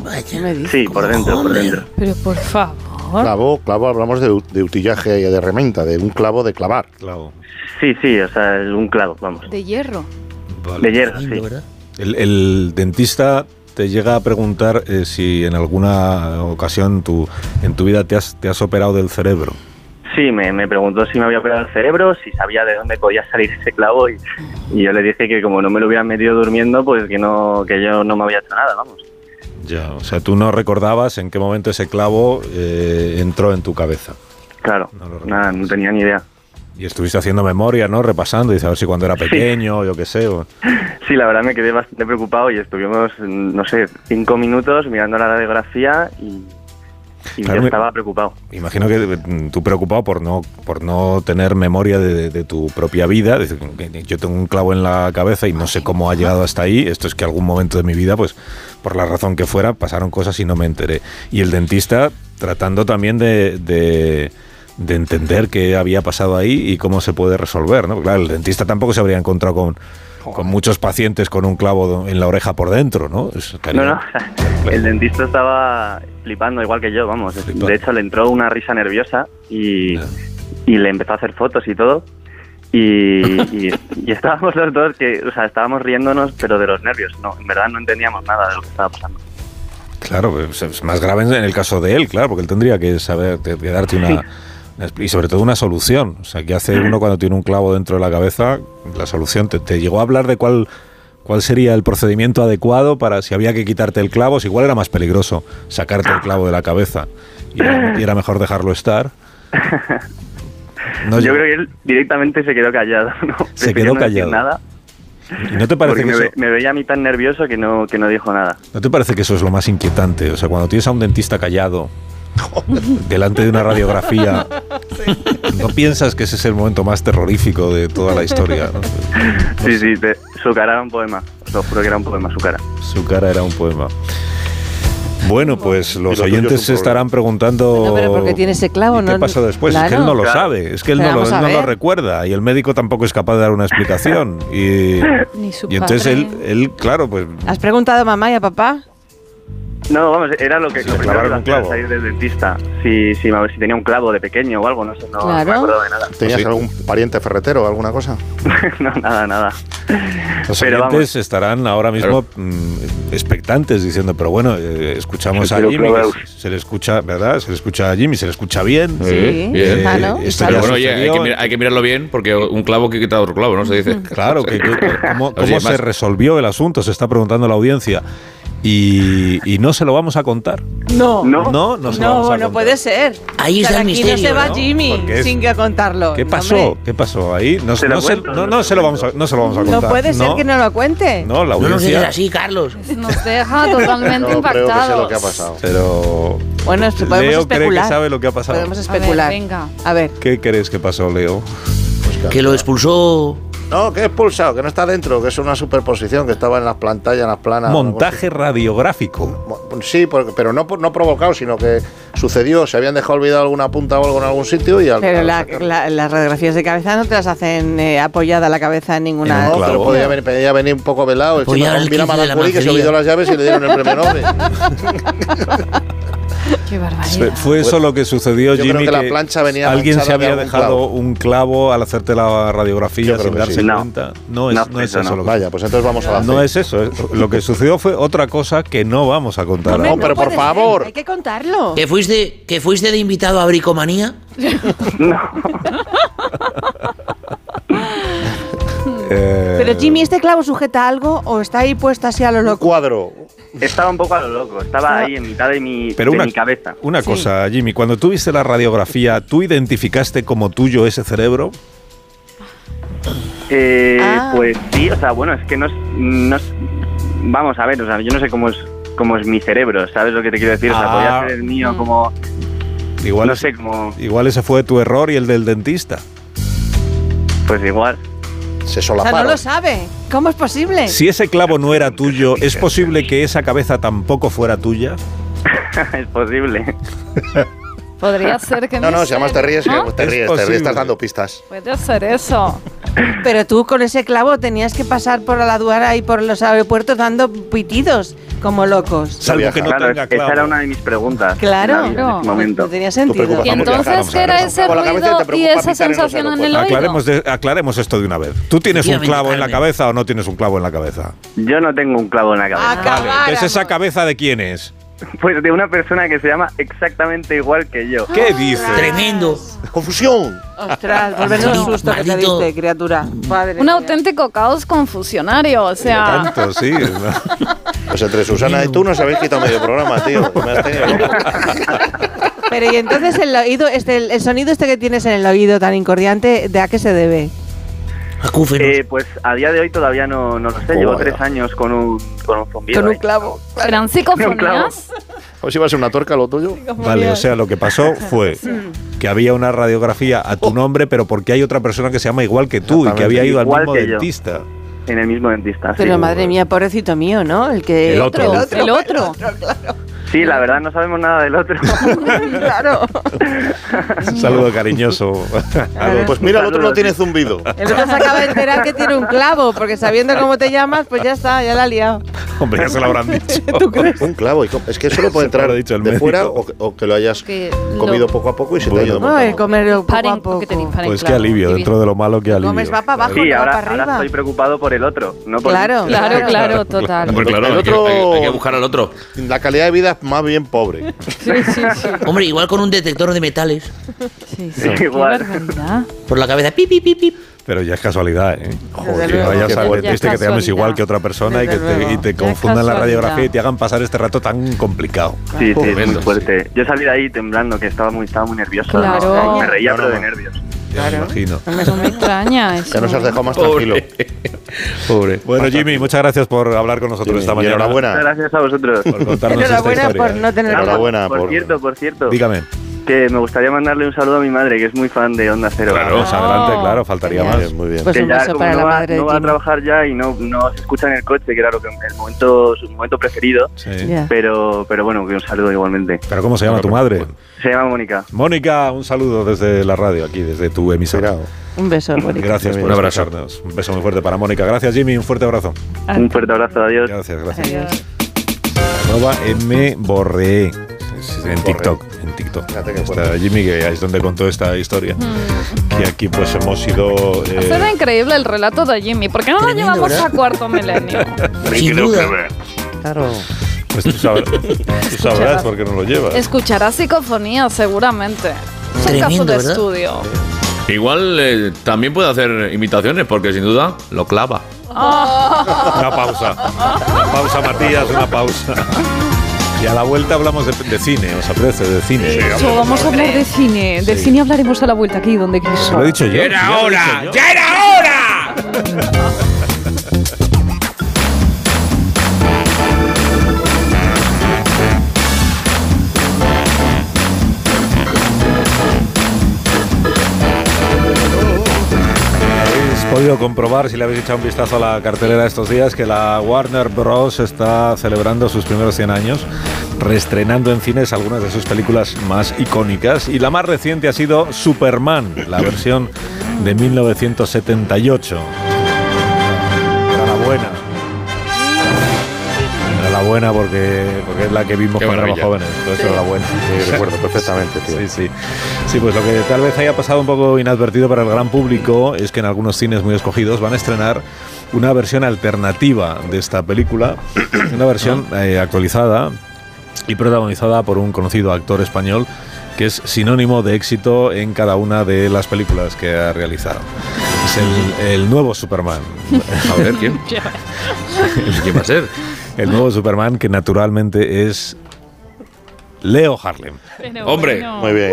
Speaker 21: Sí, por dentro, por dentro.
Speaker 2: Pero por favor.
Speaker 4: Clavo, clavo, hablamos de, ut- de utillaje y de rementa, de un clavo de clavar.
Speaker 1: Clavo.
Speaker 21: Sí, sí, o sea, un clavo, vamos.
Speaker 2: De hierro.
Speaker 21: De hierro, sí.
Speaker 1: El, el dentista te llega a preguntar eh, si en alguna ocasión tu, en tu vida te has, te has operado del cerebro.
Speaker 21: Sí, me, me preguntó si me había operado el cerebro, si sabía de dónde podía salir ese clavo y, y yo le dije que como no me lo hubieran metido durmiendo, pues que no que yo no me había hecho nada, vamos.
Speaker 1: Ya, o sea, tú no recordabas en qué momento ese clavo eh, entró en tu cabeza.
Speaker 21: Claro, nada, no tenía ni idea.
Speaker 1: Y estuviste haciendo memoria, ¿no? Repasando, y a ver si cuando era pequeño, yo qué sé. o-
Speaker 21: Sí, la verdad me quedé bastante preocupado y estuvimos, no sé, cinco minutos mirando la radiografía y, y
Speaker 1: Claro,
Speaker 21: ya
Speaker 1: me-
Speaker 21: estaba preocupado.
Speaker 1: Imagino que mm, tú preocupado por no, por no tener memoria de, de tu propia vida. Es decir, que Yo tengo un clavo en la cabeza y no sé cómo ha llegado hasta ahí. Esto es que algún momento de mi vida, pues por la razón que fuera, pasaron cosas y no me enteré. Y el dentista tratando también de, de- de entender qué había pasado ahí y cómo se puede resolver. ¿no? Claro, el dentista tampoco se habría encontrado con, con muchos pacientes con un clavo en la oreja por dentro, ¿no? Es-
Speaker 21: No, no, el dentista estaba flipando igual que yo, vamos. De hecho, le entró una risa nerviosa y, y le empezó a hacer fotos y todo. Y, y- y estábamos los dos, que, o sea, estábamos riéndonos, pero de los nervios. No, en verdad no entendíamos nada de lo que estaba pasando.
Speaker 1: Claro, pues, es más grave en el caso de él, claro, porque él tendría que saber, te- que darte una, una expli- Y sobre todo una solución. O sea, ¿qué hace uno cuando tiene un clavo dentro de la cabeza? La solución. ¿Te, te llegó a hablar de cuál, cuál sería el procedimiento adecuado para si había que quitarte el clavo? Si igual era más peligroso sacarte el clavo de la cabeza y era, y era mejor dejarlo estar. No,
Speaker 21: yo creo que él directamente se quedó callado. ¿no?
Speaker 1: Se
Speaker 21: Prefirió
Speaker 1: quedó
Speaker 21: no decir
Speaker 1: callado.
Speaker 21: nada.
Speaker 1: ¿Y no te
Speaker 21: porque
Speaker 1: parece que
Speaker 21: me,
Speaker 1: eso-
Speaker 21: ve- me veía a mí tan nervioso que no, que no dijo nada.
Speaker 1: ¿No te parece que eso es lo más inquietante? O sea, cuando tienes a un dentista callado delante de una radiografía, no piensas que ese es el momento más terrorífico de toda la historia. ¿no?
Speaker 21: Sí, sí, te- su cara era un poema. Os lo juro que era un poema su cara.
Speaker 1: Su cara era un poema. Bueno, pues los
Speaker 21: tuyo es un
Speaker 1: oyentes se
Speaker 21: problema.
Speaker 1: estarán preguntando.
Speaker 22: No, pero porque tiene ese clavo,
Speaker 1: ¿y
Speaker 22: ¿no?
Speaker 1: ¿Qué pasó después? Es que él
Speaker 22: Claro.
Speaker 1: no lo sabe, es que él
Speaker 22: Pero
Speaker 1: no lo,
Speaker 22: vamos a
Speaker 1: él no lo
Speaker 22: ver.
Speaker 1: recuerda y el médico tampoco es capaz de dar una explicación. Y,
Speaker 22: Ni su
Speaker 1: y entonces
Speaker 22: padre.
Speaker 1: él, él, claro, pues
Speaker 22: ¿Has preguntado a mamá y a papá?
Speaker 21: No, vamos, era lo que lo primero que
Speaker 1: clavaron un
Speaker 21: hacía al
Speaker 1: clavo.
Speaker 21: salir del dentista. Si, si, a ver si tenía un clavo de pequeño o algo, no sé, no
Speaker 4: Claro.
Speaker 21: me acuerdo de nada.
Speaker 4: ¿Tenías
Speaker 21: Sí.
Speaker 4: algún pariente ferretero o alguna cosa?
Speaker 21: no, nada, nada.
Speaker 1: Los
Speaker 21: Pero
Speaker 1: oyentes
Speaker 21: vamos.
Speaker 1: estarán ahora mismo mm, expectantes diciendo, pero bueno, eh, escuchamos
Speaker 4: Yo
Speaker 1: a
Speaker 4: quiero
Speaker 1: Jimmy,
Speaker 4: clavaos.
Speaker 1: que se se le escucha, ¿verdad? Se le escucha a Jimmy, se le escucha bien.
Speaker 3: Sí, Sí, bien.
Speaker 1: Eh, esto ya
Speaker 3: Pero bueno, oye, hay que,
Speaker 1: sucedió.
Speaker 3: mirar- hay que mirarlo bien porque un clavo que quita otro clavo, ¿no? Se dice.
Speaker 1: Claro, que, que- ¿cómo,
Speaker 3: Oye,
Speaker 1: cómo
Speaker 3: más-
Speaker 1: se resolvió el asunto? Se está preguntando la audiencia. Y, y no se lo vamos a contar.
Speaker 22: No.
Speaker 1: No, no, se lo vamos a
Speaker 22: No,
Speaker 1: contar.
Speaker 22: no puede ser.
Speaker 1: Ahí
Speaker 22: O sea,
Speaker 1: está el
Speaker 22: aquí no
Speaker 1: misterio,
Speaker 22: se va
Speaker 1: ¿no?
Speaker 22: Jimmy
Speaker 1: Porque es-
Speaker 22: sin que contarlo.
Speaker 1: ¿Qué
Speaker 22: No,
Speaker 1: pasó?
Speaker 22: hombre.
Speaker 1: ¿Qué pasó ahí? No,
Speaker 21: Se lo
Speaker 1: no se,
Speaker 21: cuento,
Speaker 1: no, no se lo vamos a, no se lo vamos a
Speaker 22: No
Speaker 1: contar.
Speaker 22: puede ser que no lo cuente.
Speaker 1: No, la
Speaker 22: No nos
Speaker 1: audiencia.
Speaker 22: digas
Speaker 9: así, Carlos.
Speaker 2: Nos deja totalmente
Speaker 1: No creo que sea
Speaker 2: impactados.
Speaker 1: lo que ha pasado. Pero
Speaker 22: Bueno, esto podemos
Speaker 1: Leo cree
Speaker 22: especular.
Speaker 1: que sabe lo que ha pasado.
Speaker 22: Podemos especular.
Speaker 2: venga.
Speaker 22: A ver.
Speaker 1: ¿Qué crees que pasó, Leo?
Speaker 9: Que lo expulsó.
Speaker 4: No, que es pulsado, que no está dentro, que es una superposición, que estaba en las pantallas, en las planas.
Speaker 1: Montaje radiográfico.
Speaker 4: Mo- Sí, porque- pero no, por- no provocado, sino que sucedió, se habían dejado olvidar alguna punta o algo en algún sitio y al,
Speaker 22: Pero
Speaker 4: al
Speaker 22: la-
Speaker 4: sacar-
Speaker 22: la- las radiografías de cabeza no te las hacen eh, apoyada la cabeza en ninguna.
Speaker 4: No, pero podía
Speaker 1: Eh,
Speaker 4: venir, podía venir un poco velado.
Speaker 22: Apoyar
Speaker 4: Encima,
Speaker 22: al
Speaker 4: mira a
Speaker 22: quince de la
Speaker 4: Madame Curie, que se
Speaker 22: macería.
Speaker 4: olvidó las llaves y le dieron el premio Nobel.
Speaker 22: ¿Ah?
Speaker 2: Qué barbaridad.
Speaker 1: Se- Fue eso lo que sucedió,
Speaker 4: Yo creo
Speaker 1: Jimmy.
Speaker 4: que la plancha venía
Speaker 1: alguien se
Speaker 4: manchada de
Speaker 1: había
Speaker 4: algún
Speaker 1: dejado
Speaker 4: clavo.
Speaker 1: un clavo al hacerte la radiografía
Speaker 4: Yo creo
Speaker 1: sin
Speaker 4: que
Speaker 1: darse
Speaker 4: sí. No.
Speaker 1: cuenta. No, es,
Speaker 4: No,
Speaker 1: no, es
Speaker 4: eso
Speaker 1: eso.
Speaker 4: no.
Speaker 1: Lo que
Speaker 4: Vaya, pues entonces vamos a la
Speaker 1: No
Speaker 4: C.
Speaker 1: es eso. es- Lo que sucedió fue otra cosa que no vamos a contar. ahora.
Speaker 22: puede ser, Hay que contarlo.
Speaker 9: ¿Que fuiste, ¿Que fuiste de invitado a Bricomanía?
Speaker 1: Eh,
Speaker 22: Pero Jimmy, ¿este clavo sujeta algo o está ahí puesto así a lo loco?
Speaker 4: cuadro.
Speaker 21: Estaba un poco a lo loco, estaba ahí en mitad de mi,
Speaker 1: Pero
Speaker 21: de
Speaker 1: una-
Speaker 21: mi cabeza.
Speaker 1: Una cosa, Jimmy, cuando tú viste la radiografía, ¿tú identificaste como tuyo ese cerebro?
Speaker 21: Eh,
Speaker 2: Ah.
Speaker 21: Pues sí, o sea, bueno, es que no es, no es- Vamos a ver, o sea, yo no sé cómo es, cómo es mi cerebro, ¿sabes lo que te quiero decir? O sea,
Speaker 1: Ah.
Speaker 21: podía ser el mío como...
Speaker 1: Igual,
Speaker 21: no
Speaker 1: ese-
Speaker 21: sé, como...
Speaker 1: igual ese fue tu error y el del dentista.
Speaker 21: Pues igual.
Speaker 4: Se
Speaker 22: O sea, no lo sabe. ¿Cómo es posible?
Speaker 1: Si ese clavo no era tuyo, ¿es posible que esa cabeza tampoco fuera tuya?
Speaker 21: es posible.
Speaker 2: Podría ser que
Speaker 4: No,
Speaker 2: me
Speaker 4: no, si además te
Speaker 2: suene,
Speaker 4: ríes,
Speaker 2: ¿no?
Speaker 4: que te ríes, te ríes,
Speaker 1: posible.
Speaker 4: estás dando pistas.
Speaker 2: Puede ser eso.
Speaker 22: Pero tú con ese clavo tenías que pasar por la aduana y por los aeropuertos dando pitidos como locos.
Speaker 21: claro, es- Esa era una de mis preguntas.
Speaker 22: Claro.
Speaker 21: en la vida, en ese
Speaker 22: No.
Speaker 21: momento.
Speaker 22: No tenía sentido.
Speaker 21: preocupación
Speaker 2: Y
Speaker 21: por viajar,
Speaker 2: entonces,
Speaker 21: vamos a
Speaker 2: ¿qué
Speaker 21: ver,
Speaker 2: era
Speaker 21: eso.
Speaker 2: ese
Speaker 21: Con la cabeza
Speaker 2: ruido
Speaker 21: te
Speaker 2: y
Speaker 21: preocupa pitar
Speaker 2: esa
Speaker 21: en los
Speaker 2: sensación en el oído?
Speaker 1: Aclaremos, de- aclaremos esto de una vez. ¿Tú tienes un
Speaker 21: Efectivamente,
Speaker 1: clavo en la
Speaker 21: Carmen.
Speaker 1: cabeza o no tienes un clavo en la cabeza?
Speaker 21: Yo no tengo un clavo en la
Speaker 22: Ah,
Speaker 21: cabeza.
Speaker 1: Ah, Vale, ¿Es esa cabeza de quién es?
Speaker 21: Pues de una persona que se llama exactamente igual que yo.
Speaker 1: ¿Qué dices?
Speaker 21: Tremendo.
Speaker 4: Confusión.
Speaker 22: Ostras, volver los sustos que te
Speaker 21: Maldito.
Speaker 22: diste, criatura. Padre.
Speaker 2: Un auténtico caos confusionario, o
Speaker 22: Ah.
Speaker 2: sea.
Speaker 4: Tanto, sí. ¿no? Pues entre Susana y tú nos habéis quitado medio programa, tío. Me has tenido loco.
Speaker 22: Pero y entonces el oído, este, el, el sonido este que tienes en el oído tan incordiante, ¿de a qué se debe?
Speaker 21: Eh, pues a día de hoy todavía no, no lo
Speaker 4: Oh,
Speaker 21: sé. Llevo tres años con un, con un zumbido. eh.
Speaker 22: Con un
Speaker 21: ahí.
Speaker 22: clavo.
Speaker 2: ¿Eran psicofonías?
Speaker 4: O si va a ser una torca lo tuyo.
Speaker 1: Vale, o sea, lo que pasó fue que había una radiografía a tu nombre, pero porque hay otra persona que se llama igual que tú y que había ido al
Speaker 21: Igual
Speaker 1: mismo
Speaker 21: que yo.
Speaker 1: dentista.
Speaker 21: En el mismo dentista. sí.
Speaker 22: Pero madre mía, pobrecito mío, ¿no? El que
Speaker 1: El otro.
Speaker 22: el otro.
Speaker 2: El otro.
Speaker 21: Sí, la verdad no sabemos nada del otro.
Speaker 22: claro.
Speaker 1: Un saludo cariñoso.
Speaker 4: Pues mira, el otro no tiene zumbido.
Speaker 22: El otro se acaba de enterar que tiene un clavo, porque sabiendo cómo te llamas, pues ya está, ya la ha liado.
Speaker 1: Hombre, ya se lo habrán dicho.
Speaker 4: Un clavo. y co- Es que solo puede entrar de fuera o, que- o que lo hayas
Speaker 2: Que
Speaker 4: comido
Speaker 2: lo-
Speaker 4: poco a poco y se te ha ido.
Speaker 22: No, el comerlo poco a
Speaker 2: Paren,
Speaker 22: poco.
Speaker 2: que tenéis paren,
Speaker 1: Pues qué
Speaker 2: claro.
Speaker 1: alivio,
Speaker 2: Divino.
Speaker 1: dentro de lo malo, qué alivio.
Speaker 22: Comes va para abajo,
Speaker 21: Sí,
Speaker 22: no va
Speaker 21: ahora,
Speaker 22: para
Speaker 21: ahora
Speaker 22: arriba.
Speaker 21: estoy preocupado por el otro. No por
Speaker 22: Claro, claro, claro, total.
Speaker 3: Pues claro,
Speaker 4: El
Speaker 3: hay que-
Speaker 4: otro-
Speaker 3: hay que- hay que buscar al otro.
Speaker 4: La calidad de vida es más bien pobre.
Speaker 9: Hombre, igual con un detector de metales.
Speaker 4: Qué
Speaker 9: igual. Por la cabeza. Pi, pi, pi, pi.
Speaker 1: Pero ya es casualidad, ¿eh?
Speaker 4: Desde
Speaker 1: que
Speaker 4: luego.
Speaker 1: vayas
Speaker 4: Qué
Speaker 1: al
Speaker 4: fuerte.
Speaker 1: dentista y que te llames
Speaker 4: Casualidad.
Speaker 1: igual que otra persona y que
Speaker 4: Desde
Speaker 1: te,
Speaker 4: luego.
Speaker 1: y te
Speaker 4: Ya
Speaker 1: confundan la
Speaker 4: casualidad.
Speaker 1: radiografía y te hagan pasar este rato tan complicado.
Speaker 21: Sí, sí, es muy fuerte. Yo salí de ahí temblando, que estaba muy, estaba muy nervioso.
Speaker 2: Claro.
Speaker 21: Me reía,
Speaker 4: No, no,
Speaker 21: pero de
Speaker 4: no.
Speaker 21: nervios.
Speaker 1: Imagino.
Speaker 2: Eso me extraña. eso.
Speaker 4: Ya nos has dejado más tranquilo.
Speaker 1: Pobre. Bueno, Jimmy, muchas gracias por hablar con nosotros
Speaker 4: Jimmy,
Speaker 1: esta
Speaker 4: y
Speaker 1: mañana.
Speaker 4: enhorabuena.
Speaker 21: Muchas gracias a vosotros.
Speaker 1: Por contarnos esta historia. ¿eh?
Speaker 4: Enhorabuena
Speaker 21: por,
Speaker 4: por-
Speaker 21: cierto, por cierto.
Speaker 1: Dígame.
Speaker 21: Que me gustaría mandarle un saludo a mi madre, que es muy fan de Onda Cero.
Speaker 1: Claro, pues adelante, claro, faltaría
Speaker 4: Muy
Speaker 1: más.
Speaker 4: bien, muy bien.
Speaker 21: Que
Speaker 22: Oh, Pues un
Speaker 21: ya
Speaker 22: beso
Speaker 21: como
Speaker 22: para
Speaker 21: no
Speaker 22: la
Speaker 21: va,
Speaker 22: madre de
Speaker 21: no va a
Speaker 22: Jimmy.
Speaker 21: trabajar ya y no, no se escucha en el coche, que era lo que el momento, su momento preferido.
Speaker 1: Sí.
Speaker 22: Ya.
Speaker 21: Pero, pero bueno, que un saludo igualmente.
Speaker 1: Pero ¿cómo se llama tu madre?
Speaker 21: Se llama Mónica.
Speaker 1: Mónica, un saludo desde la radio, aquí, desde tu emisora.
Speaker 22: Un beso, bonito.
Speaker 1: Gracias por
Speaker 21: Un abrazo.
Speaker 1: abrazarnos. Un beso muy fuerte para Mónica. Gracias, Jimmy. Un fuerte abrazo.
Speaker 2: Ah.
Speaker 21: Un fuerte abrazo, adiós.
Speaker 1: Gracias, gracias. Arroba M Borré. Sí, sí, En TikTok, en TikTok.
Speaker 4: qué
Speaker 1: Está Jimmy, que ahí es donde contó esta historia.
Speaker 2: Mm.
Speaker 1: Que aquí pues hemos sido... eh,
Speaker 2: Será increíble el relato de Jimmy. ¿Por qué no lo llevamos a cuarto milenio?
Speaker 1: Sin duda. Pues tú sabr- tú sabrás,
Speaker 2: Escucharás.
Speaker 1: por qué no lo llevas.
Speaker 2: Escucharás psicofonía, seguramente. Es un caso
Speaker 9: Tremendo,
Speaker 2: de
Speaker 9: ¿verdad?
Speaker 2: estudio.
Speaker 3: Igual eh, también puede hacer imitaciones porque sin duda lo clava.
Speaker 2: Ah.
Speaker 1: Una pausa. Una pausa, Matías, una pausa. Y a la vuelta hablamos de, de cine, os apetece, de cine.
Speaker 2: Eso, vamos a hablar de cine. De cine hablaremos a la vuelta aquí, donde quiso.
Speaker 1: Lo he dicho yo.
Speaker 2: Era hora,
Speaker 1: ¡Ya era Habéis podido comprobar, si le habéis echado un vistazo a la cartelera estos días, que la Warner Bros. está celebrando sus primeros 100 años, reestrenando en cines algunas de sus películas más icónicas. Y la más reciente ha sido Superman, la versión de 1978. Era la buena. Era la buena porque, porque es la que vimos
Speaker 4: Qué
Speaker 1: cuando éramos
Speaker 4: maravilla.
Speaker 1: jóvenes. Entonces
Speaker 4: Sí.
Speaker 1: era la buena.
Speaker 4: Sí, recuerdo perfectamente, tío.
Speaker 1: Sí, sí. Sí, pues lo que tal vez haya pasado un poco inadvertido para el gran público es que en algunos cines muy escogidos van a estrenar una versión alternativa de esta película, una versión eh, actualizada y protagonizada por un conocido actor español que es sinónimo de éxito en cada una de las películas que ha realizado. Es el, el nuevo Superman.
Speaker 3: A ver, ¿quién? ¿Quién va a ser?
Speaker 1: El nuevo Superman que naturalmente es Leo Harlem.
Speaker 3: Hombre.
Speaker 4: Muy bien.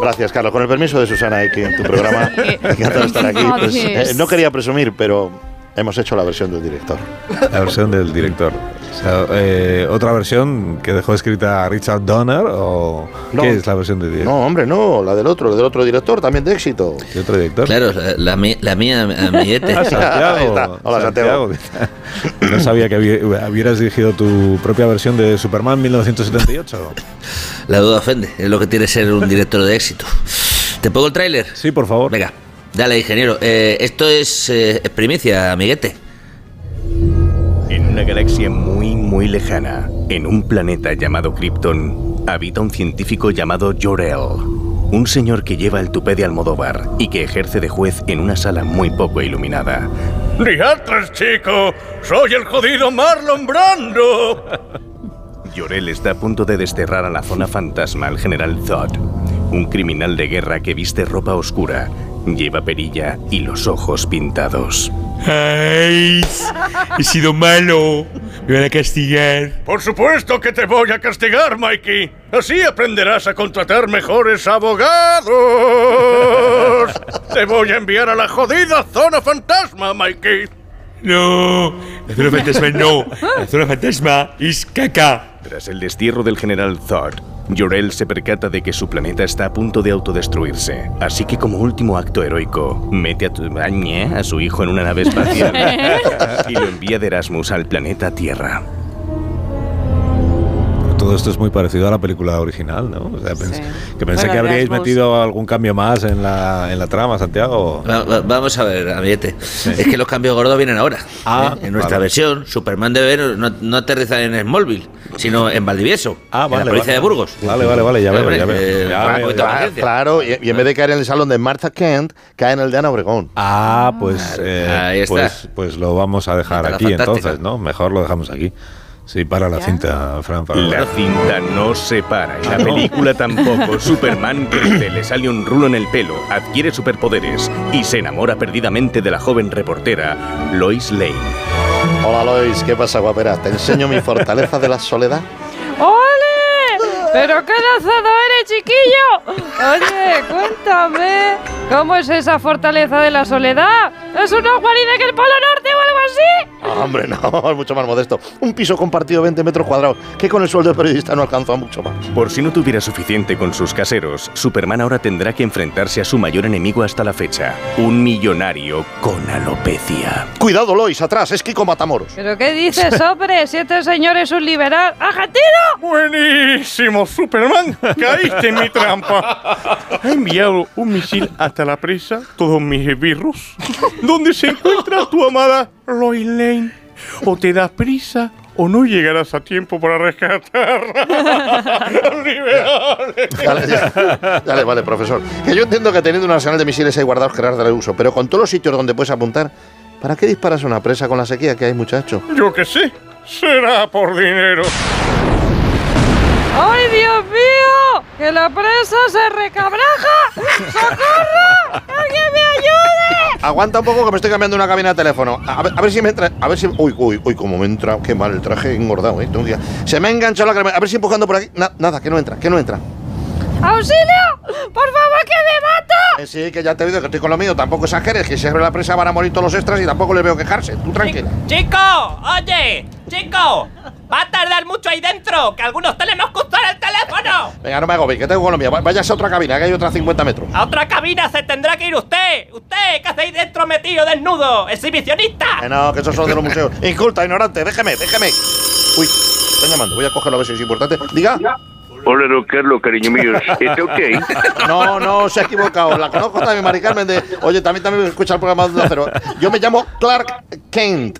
Speaker 4: Gracias, Carlos. Con el permiso de Susana X en tu programa.
Speaker 2: Sí.
Speaker 4: Encantado de estar aquí. Pues,
Speaker 2: Gracias.
Speaker 4: eh, no quería presumir, pero hemos hecho la versión del director.
Speaker 1: La versión del director. O sea, eh, otra versión que dejó escrita Richard Donner o
Speaker 4: No.
Speaker 1: ¿qué es la versión de Diego?
Speaker 4: No, hombre, no, la del otro, la del otro director, también de éxito.
Speaker 1: ¿De otro director?
Speaker 9: Claro, la, la mi- la mía, a mi este.
Speaker 1: Ah, Santiago.
Speaker 4: Hola, Santiago.
Speaker 1: No sabía que hubi- hubieras dirigido tu propia versión de Superman 1978.
Speaker 9: La duda ofende, es lo que tiene ser un director de éxito. ¿Te pongo el tráiler?
Speaker 1: Sí, por favor.
Speaker 9: Venga, dale, ingeniero. Eh, esto es, eh, es primicia, amiguete.
Speaker 23: En una galaxia muy, muy lejana, en un planeta llamado Krypton, habita un científico llamado Jor-El. Un señor que lleva el tupé de Almodóvar y que ejerce de juez en una sala muy poco iluminada.
Speaker 24: ¡Diatras, chico! ¡Soy el jodido Marlon Brando!
Speaker 23: Jor-El está a punto de desterrar a la zona fantasma al general Zod, un criminal de guerra que viste ropa oscura, lleva perilla y los ojos pintados.
Speaker 19: ¡Ay! He sido malo. Me van a castigar.
Speaker 24: Por supuesto que te voy a castigar, Mikey. Así aprenderás a contratar mejores abogados. Te voy a enviar a la jodida zona fantasma, Mikey.
Speaker 19: No. La zona fantasma no. La zona fantasma es caca.
Speaker 23: Tras el destierro del general Zod, Jor-El se percata de que su planeta está a punto de autodestruirse, así que como último acto heroico, mete a, tu- añe, a su hijo en una nave espacial y lo envía de Erasmus al planeta Tierra.
Speaker 1: Todo esto es muy parecido a la película original, ¿no? O sea, pens- Que pensé
Speaker 9: Bueno,
Speaker 1: que habríais
Speaker 9: Erasmus.
Speaker 1: metido algún cambio más en la, en la trama, Santiago.
Speaker 9: Va- va- vamos a ver, amiguete. Es que los cambios gordos vienen ahora.
Speaker 1: Ah,
Speaker 9: ¿eh? En nuestra
Speaker 1: vale.
Speaker 9: versión, Superman debe no, no aterrizar en Smallville, sino en Valdivieso, en
Speaker 1: Ah, vale,
Speaker 9: la provincia
Speaker 1: vale.
Speaker 9: de Burgos.
Speaker 1: Vale, vale, vale, ya veo,
Speaker 9: Hombre,
Speaker 1: ya veo.
Speaker 9: eh,
Speaker 1: Ya
Speaker 21: Ah,
Speaker 1: veo,
Speaker 9: un
Speaker 21: pues,
Speaker 9: poquito
Speaker 1: ya
Speaker 9: de
Speaker 1: veo.
Speaker 9: paciencia.
Speaker 4: Claro, y, y en vez de caer en el salón de Martha Kent, cae en el de Ana Obregón.
Speaker 1: Ah, pues, eh,
Speaker 9: Ahí está.
Speaker 1: pues, pues lo vamos a dejar
Speaker 9: Está la
Speaker 1: aquí
Speaker 9: fantástica.
Speaker 1: entonces, ¿no? Mejor lo dejamos aquí. Sí, para la cinta, Fran. para
Speaker 23: La cinta no se para y la película tampoco. Superman crece, le sale un rulo en el pelo, adquiere superpoderes y se enamora perdidamente de la joven reportera Lois Lane.
Speaker 4: Hola, Lois, ¿qué pasa, guapera? ¿Te enseño mi fortaleza de la soledad?
Speaker 25: ¡Ole! ¡Pero qué lanzado eres, chiquillo! Oye, cuéntame, ¿cómo es esa fortaleza de la soledad? ¿Es una guarida que el Polo Norte o algo así?
Speaker 4: No, Ah, hombre, no, es mucho más modesto. Un piso compartido 20 metros cuadrados, que con el sueldo de periodista no alcanzó a mucho más.
Speaker 23: Por si no tuviera suficiente con sus caseros, Superman ahora tendrá que enfrentarse a su mayor enemigo hasta la fecha, un millonario con alopecia.
Speaker 4: Cuidado, Lois, atrás, es Kiko Matamoros.
Speaker 25: ¿Pero qué dices, sobre? Si este señor es un liberal. ¡Ah, ¡Argentino!
Speaker 24: Buenísimo, Superman. Caíste en mi trampa. He enviado un misil hasta la presa, todos mis esbirros, donde se encuentra tu amada Lois Lane. O te das prisa o no llegarás a tiempo para rescatarla.
Speaker 4: Dale, ya. Dale, vale, profesor. Que yo entiendo que teniendo un arsenal de misiles ahí guardados querrás darle uso, pero con todos los sitios donde puedes apuntar, ¿para qué disparas a una presa con la sequía que hay, muchacho?
Speaker 24: Yo qué sé, será por dinero.
Speaker 25: ¡Ay, Dios mío! ¡Que la presa se recabraja! ¡Socorro! ¡Alguien me ayude!
Speaker 4: Aguanta un poco que me estoy cambiando una cabina de teléfono. A ver, a ver si me entra. A ver si. Uy, uy, uy, cómo me entra. Qué mal el traje he engordado, ¿eh? Tengo que- Se me ha enganchado la crema. A ver si empujando por aquí. Na- nada, que no entra, que no entra.
Speaker 25: ¡Auxilio! ¡Por favor, que me mato!
Speaker 4: Eh, sí, que ya te he oído que estoy con lo mío. Tampoco exageres, que si abre la presa van a morir todos los extras y tampoco les veo quejarse. Tú tranquila.
Speaker 18: ¡Chico! ¡Oye! ¡Chico! ¡Va a tardar mucho ahí dentro! ¡Que algunos tenemos que usar el teléfono!
Speaker 4: Venga, no me hago bien, que tengo con lo mío. Va- Váyase a otra cabina, que hay otra 50 metros.
Speaker 18: ¡A otra cabina se tendrá que ir usted! ¡Usted! ¿Qué hacéis dentro metido, desnudo? ¡Exhibicionista!
Speaker 4: Eh, no, que esos son de los museos. Inculta, ignorante, déjeme, déjeme. Uy, están llamando. Voy a cogerlo a ver si es importante. Diga.
Speaker 10: Hola, don Carlos, cariño mío. ¿Está ok?
Speaker 4: No, no, se ha equivocado. La conozco también, Mari Carmen. De, oye, también, también escucha el programa de Onda Cero. Yo me llamo Clark Kent.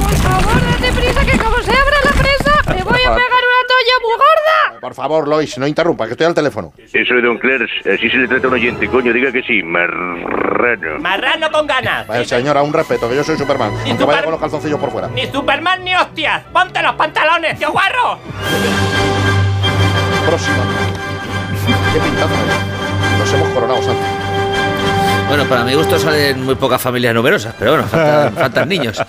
Speaker 25: ¡Por favor, date prisa, que como se abra la presa, me voy a pegar una toalla muy gorda!
Speaker 4: Por favor, Lois, no interrumpa, que estoy al teléfono.
Speaker 10: Eso es don Clars. Así se le trata a un oyente, coño. Diga que sí, marrano.
Speaker 18: ¡Marrano con ganas!
Speaker 4: Vaya, señora, un respeto, que yo soy Superman. Aunque vaya con los calzoncillos por fuera.
Speaker 18: ¡Ni Superman ni hostias! ¡Ponte los pantalones, tío guarro!
Speaker 4: Próxima. Qué pintado. Nos hemos coronado, Santi.
Speaker 9: Bueno, para mi gusto salen muy pocas familias numerosas, pero bueno, faltan, faltan eh, niños.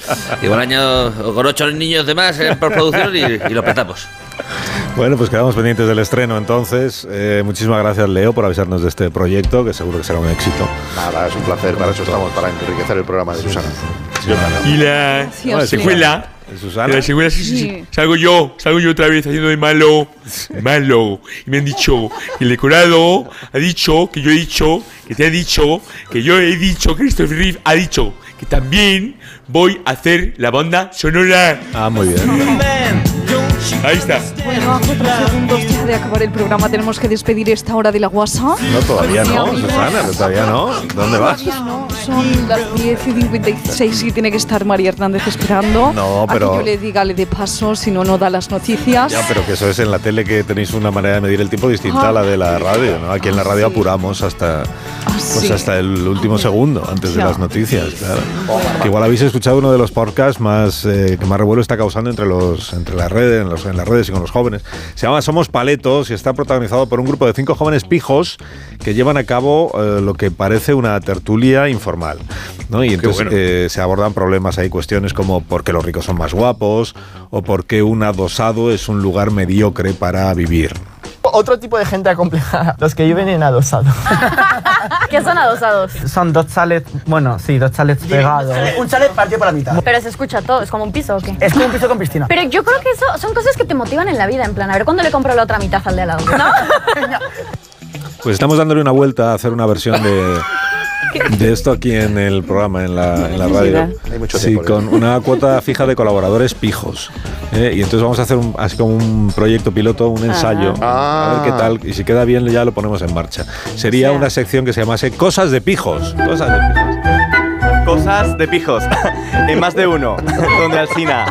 Speaker 9: Igual año con ocho niños de más en postproducción y, y lo petamos.
Speaker 1: Bueno, pues quedamos pendientes del estreno entonces. Eh, muchísimas gracias, Leo, por avisarnos de este proyecto, que seguro que será un éxito.
Speaker 4: Nada, es un placer. Para eso estamos, para enriquecer el programa de Susana.
Speaker 19: Y la
Speaker 4: Gracias, Leo.
Speaker 19: secuela.
Speaker 1: Susana.
Speaker 19: La secuela, sí, sí, sí.
Speaker 4: Sí.
Speaker 19: Salgo yo, salgo yo otra vez haciendo de malo, malo. Y me han dicho, que el decorado ha dicho, que yo he dicho, que te ha dicho, que yo he dicho, que Christopher Reeve ha dicho, que también voy a hacer la banda sonora.
Speaker 1: Ah, muy bien.
Speaker 19: Ahí está.
Speaker 2: Bueno, a cuatro segundos ya de acabar el programa tenemos que despedir esta hora de la guasa.
Speaker 1: No, todavía
Speaker 9: Pues
Speaker 1: no,
Speaker 2: Sí, amigos.
Speaker 1: Susana, todavía no. ¿Dónde vas?
Speaker 2: Todavía no, son las 10 y 56 y tiene que estar María Hernández esperando.
Speaker 1: No,
Speaker 2: A que
Speaker 1: pero-
Speaker 2: yo le diga, le dé paso, si no, no da las noticias.
Speaker 1: Ya, pero que eso es en la tele que tenéis una manera de medir el tiempo distinta a la de
Speaker 9: Ah.
Speaker 1: la radio, ¿no? Aquí en la radio apuramos hasta, pues
Speaker 2: sí.
Speaker 1: hasta el último segundo, antes de las noticias, claro.
Speaker 2: Bueno.
Speaker 1: Que igual habéis escuchado uno de los podcasts más, eh, que más revuelo está causando entre, los, entre las redes, en, los- en las redes y con los jóvenes. Se llama Somos Paletos y está protagonizado por un grupo de cinco jóvenes pijos que llevan a cabo eh, lo que parece una tertulia informal, ¿no? Y entonces
Speaker 19: bueno.
Speaker 1: eh, se abordan problemas, hay cuestiones como por qué los ricos son más guapos o por qué un adosado es un lugar mediocre para vivir.
Speaker 7: Otro tipo de gente acomplejada, los que viven en adosado.
Speaker 11: ¿Qué son adosados?
Speaker 7: Son dos chalets, bueno, sí, dos chalets pegados.
Speaker 11: Un chalet partido por la mitad. Pero se escucha todo, es como un piso o qué.
Speaker 15: Eh.
Speaker 7: Es como un piso con piscina.
Speaker 11: Pero yo creo que eso son cosas que te motivan en la vida, en plan, a ver cuándo le compro la otra mitad al de al lado, ¿no?
Speaker 1: Pues estamos dándole una vuelta a hacer una versión de, de esto aquí en el programa, en la, en la radio.
Speaker 4: Hay mucho
Speaker 1: sí,
Speaker 4: tiempo, ¿eh?
Speaker 1: con una cuota fija de colaboradores pijos. ¿eh? Y entonces vamos a hacer un- así como un proyecto piloto, un ensayo.
Speaker 4: Ah.
Speaker 1: A ver qué tal. Y si queda bien, ya lo ponemos en marcha. Sería una sección que se llamase Cosas de pijos. Cosas de pijos.
Speaker 12: Cosas de pijos. en más de uno. Donde Alcina.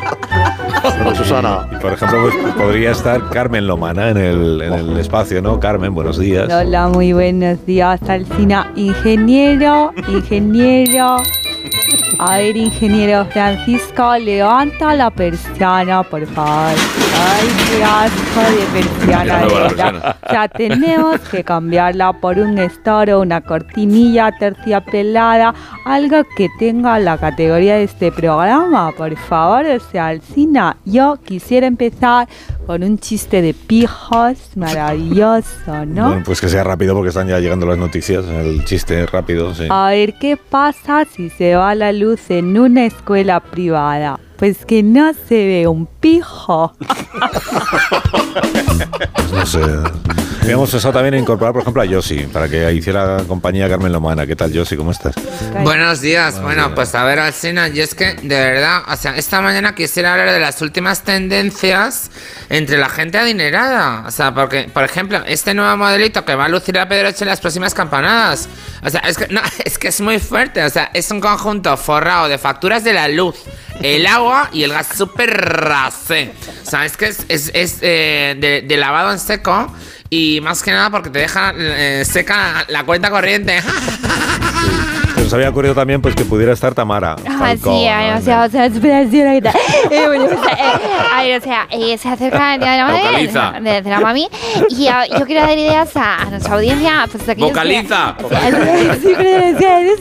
Speaker 1: Susana. Y, por ejemplo, pues, podría estar Carmen Lomana en el, en el espacio, ¿no? Carmen, buenos días.
Speaker 2: Hola, muy buenos días, Alcina. Ingeniero, ingeniero. A ver, ingeniero Francisco, levanta la persiana, por favor. Ay, qué asco de
Speaker 17: Ya
Speaker 2: persiana.
Speaker 17: no va la
Speaker 2: de verdad.
Speaker 17: persiana.
Speaker 2: Ya tenemos que cambiarla por un estoro, una cortinilla terciapelada, algo que tenga la categoría de este programa, por favor. O sea, Alcina, yo quisiera empezar con un chiste de pijos maravilloso, ¿no?
Speaker 1: Bueno, pues que sea rápido porque están ya llegando las noticias. El chiste rápido,
Speaker 4: Ah,
Speaker 1: sí.
Speaker 2: A ver, ¿qué pasa si se va la luz en una escuela privada? Pues que no se ve un pijo.
Speaker 1: Pues no sé. Habíamos pensado también en incorporar, por ejemplo, a Yossi, para que hiciera compañía a Carmen Lomana. ¿Qué tal, Yossi? ¿Cómo estás?
Speaker 26: Buenos días. bueno, pues a ver, Alcina, yo es que, de verdad, o sea, esta mañana quisiera hablar de las últimas tendencias entre la gente adinerada. O sea, porque, por ejemplo, este nuevo modelito que va a lucir a Pedroche en las próximas campanadas. O sea, es que, no, es que es muy fuerte. O sea, es un conjunto forrado de facturas de la luz, el agua y el gas super rasé. O sea, es que es, es- es, eh, de, de lavado en seco. Y más que nada porque te deja eh, seca la cuenta corriente.
Speaker 1: Se nos había ocurrido también pues, que pudiera estar Tamara.
Speaker 27: Ah,
Speaker 1: Falcón,
Speaker 27: sí, ay,
Speaker 1: ¿no?
Speaker 27: o sea, o sea, espera, sí, ahorita. Eh, bueno, o sea, eh, ay, o sea, eh, se acerca el día de la madre, de
Speaker 26: Vocaliza.
Speaker 27: la- de, de la mami, y ah, yo quería dar ideas a, a nuestra audiencia, pues aquellos que-
Speaker 26: Vocaliza.
Speaker 27: Sí, pero es que- es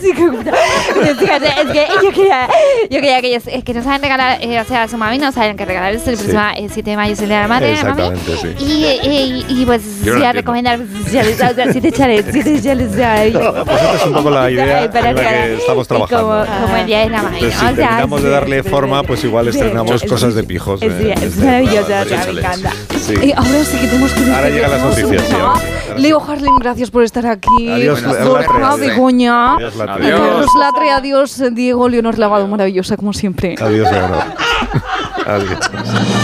Speaker 27: que- es que- es que yo quería, yo quería que ellos eh, que no saben regalar, eh, o sea, a su mami no saben que regalar es el
Speaker 1: Sí.
Speaker 27: próximo eh, 7 de mayo, es el día de la madre, de la mami.
Speaker 1: Exactamente, sí.
Speaker 27: Y, eh, eh, y, y, pues,
Speaker 1: Yo no
Speaker 27: sí, a
Speaker 1: entiendo.
Speaker 27: recomendar, pues, ya les- o sea, siete chales, siete chales, ay.
Speaker 1: Pues esta es un poco la idea
Speaker 27: Ay,
Speaker 1: en la
Speaker 27: para nada.
Speaker 1: que estamos
Speaker 27: Y como-
Speaker 1: trabajando.
Speaker 27: Como, el día de la madre.
Speaker 1: Entonces,
Speaker 27: ¿no?
Speaker 1: si
Speaker 27: O sea,
Speaker 1: terminamos de
Speaker 27: sí,
Speaker 1: darle
Speaker 27: sí,
Speaker 1: forma, pues igual
Speaker 27: sí,
Speaker 1: estrenamos
Speaker 27: sí,
Speaker 1: cosas de
Speaker 27: sí.
Speaker 1: pijos.
Speaker 27: Sí,
Speaker 1: eh,
Speaker 27: es
Speaker 1: este,
Speaker 27: maravilloso,
Speaker 1: para-
Speaker 27: ya,
Speaker 1: para-
Speaker 27: me encanta.
Speaker 1: Sí.
Speaker 2: Eh, ahora sí que tenemos que
Speaker 1: Ahora llegan las
Speaker 2: despedirnos,
Speaker 1: noticias,
Speaker 2: ¿verdad?
Speaker 1: sí, ahora sí.
Speaker 2: Leo Harlem, gracias por estar aquí.
Speaker 1: Adiós,
Speaker 2: Dorca,
Speaker 1: Leo Latre.
Speaker 2: Begoña.
Speaker 1: Adiós, Latre.
Speaker 2: Eh, Carlos
Speaker 1: Adiós.
Speaker 2: Latre, adiós, Diego, Leonor Lavado, maravillosa como siempre.
Speaker 1: Adiós, Leonor. Adiós.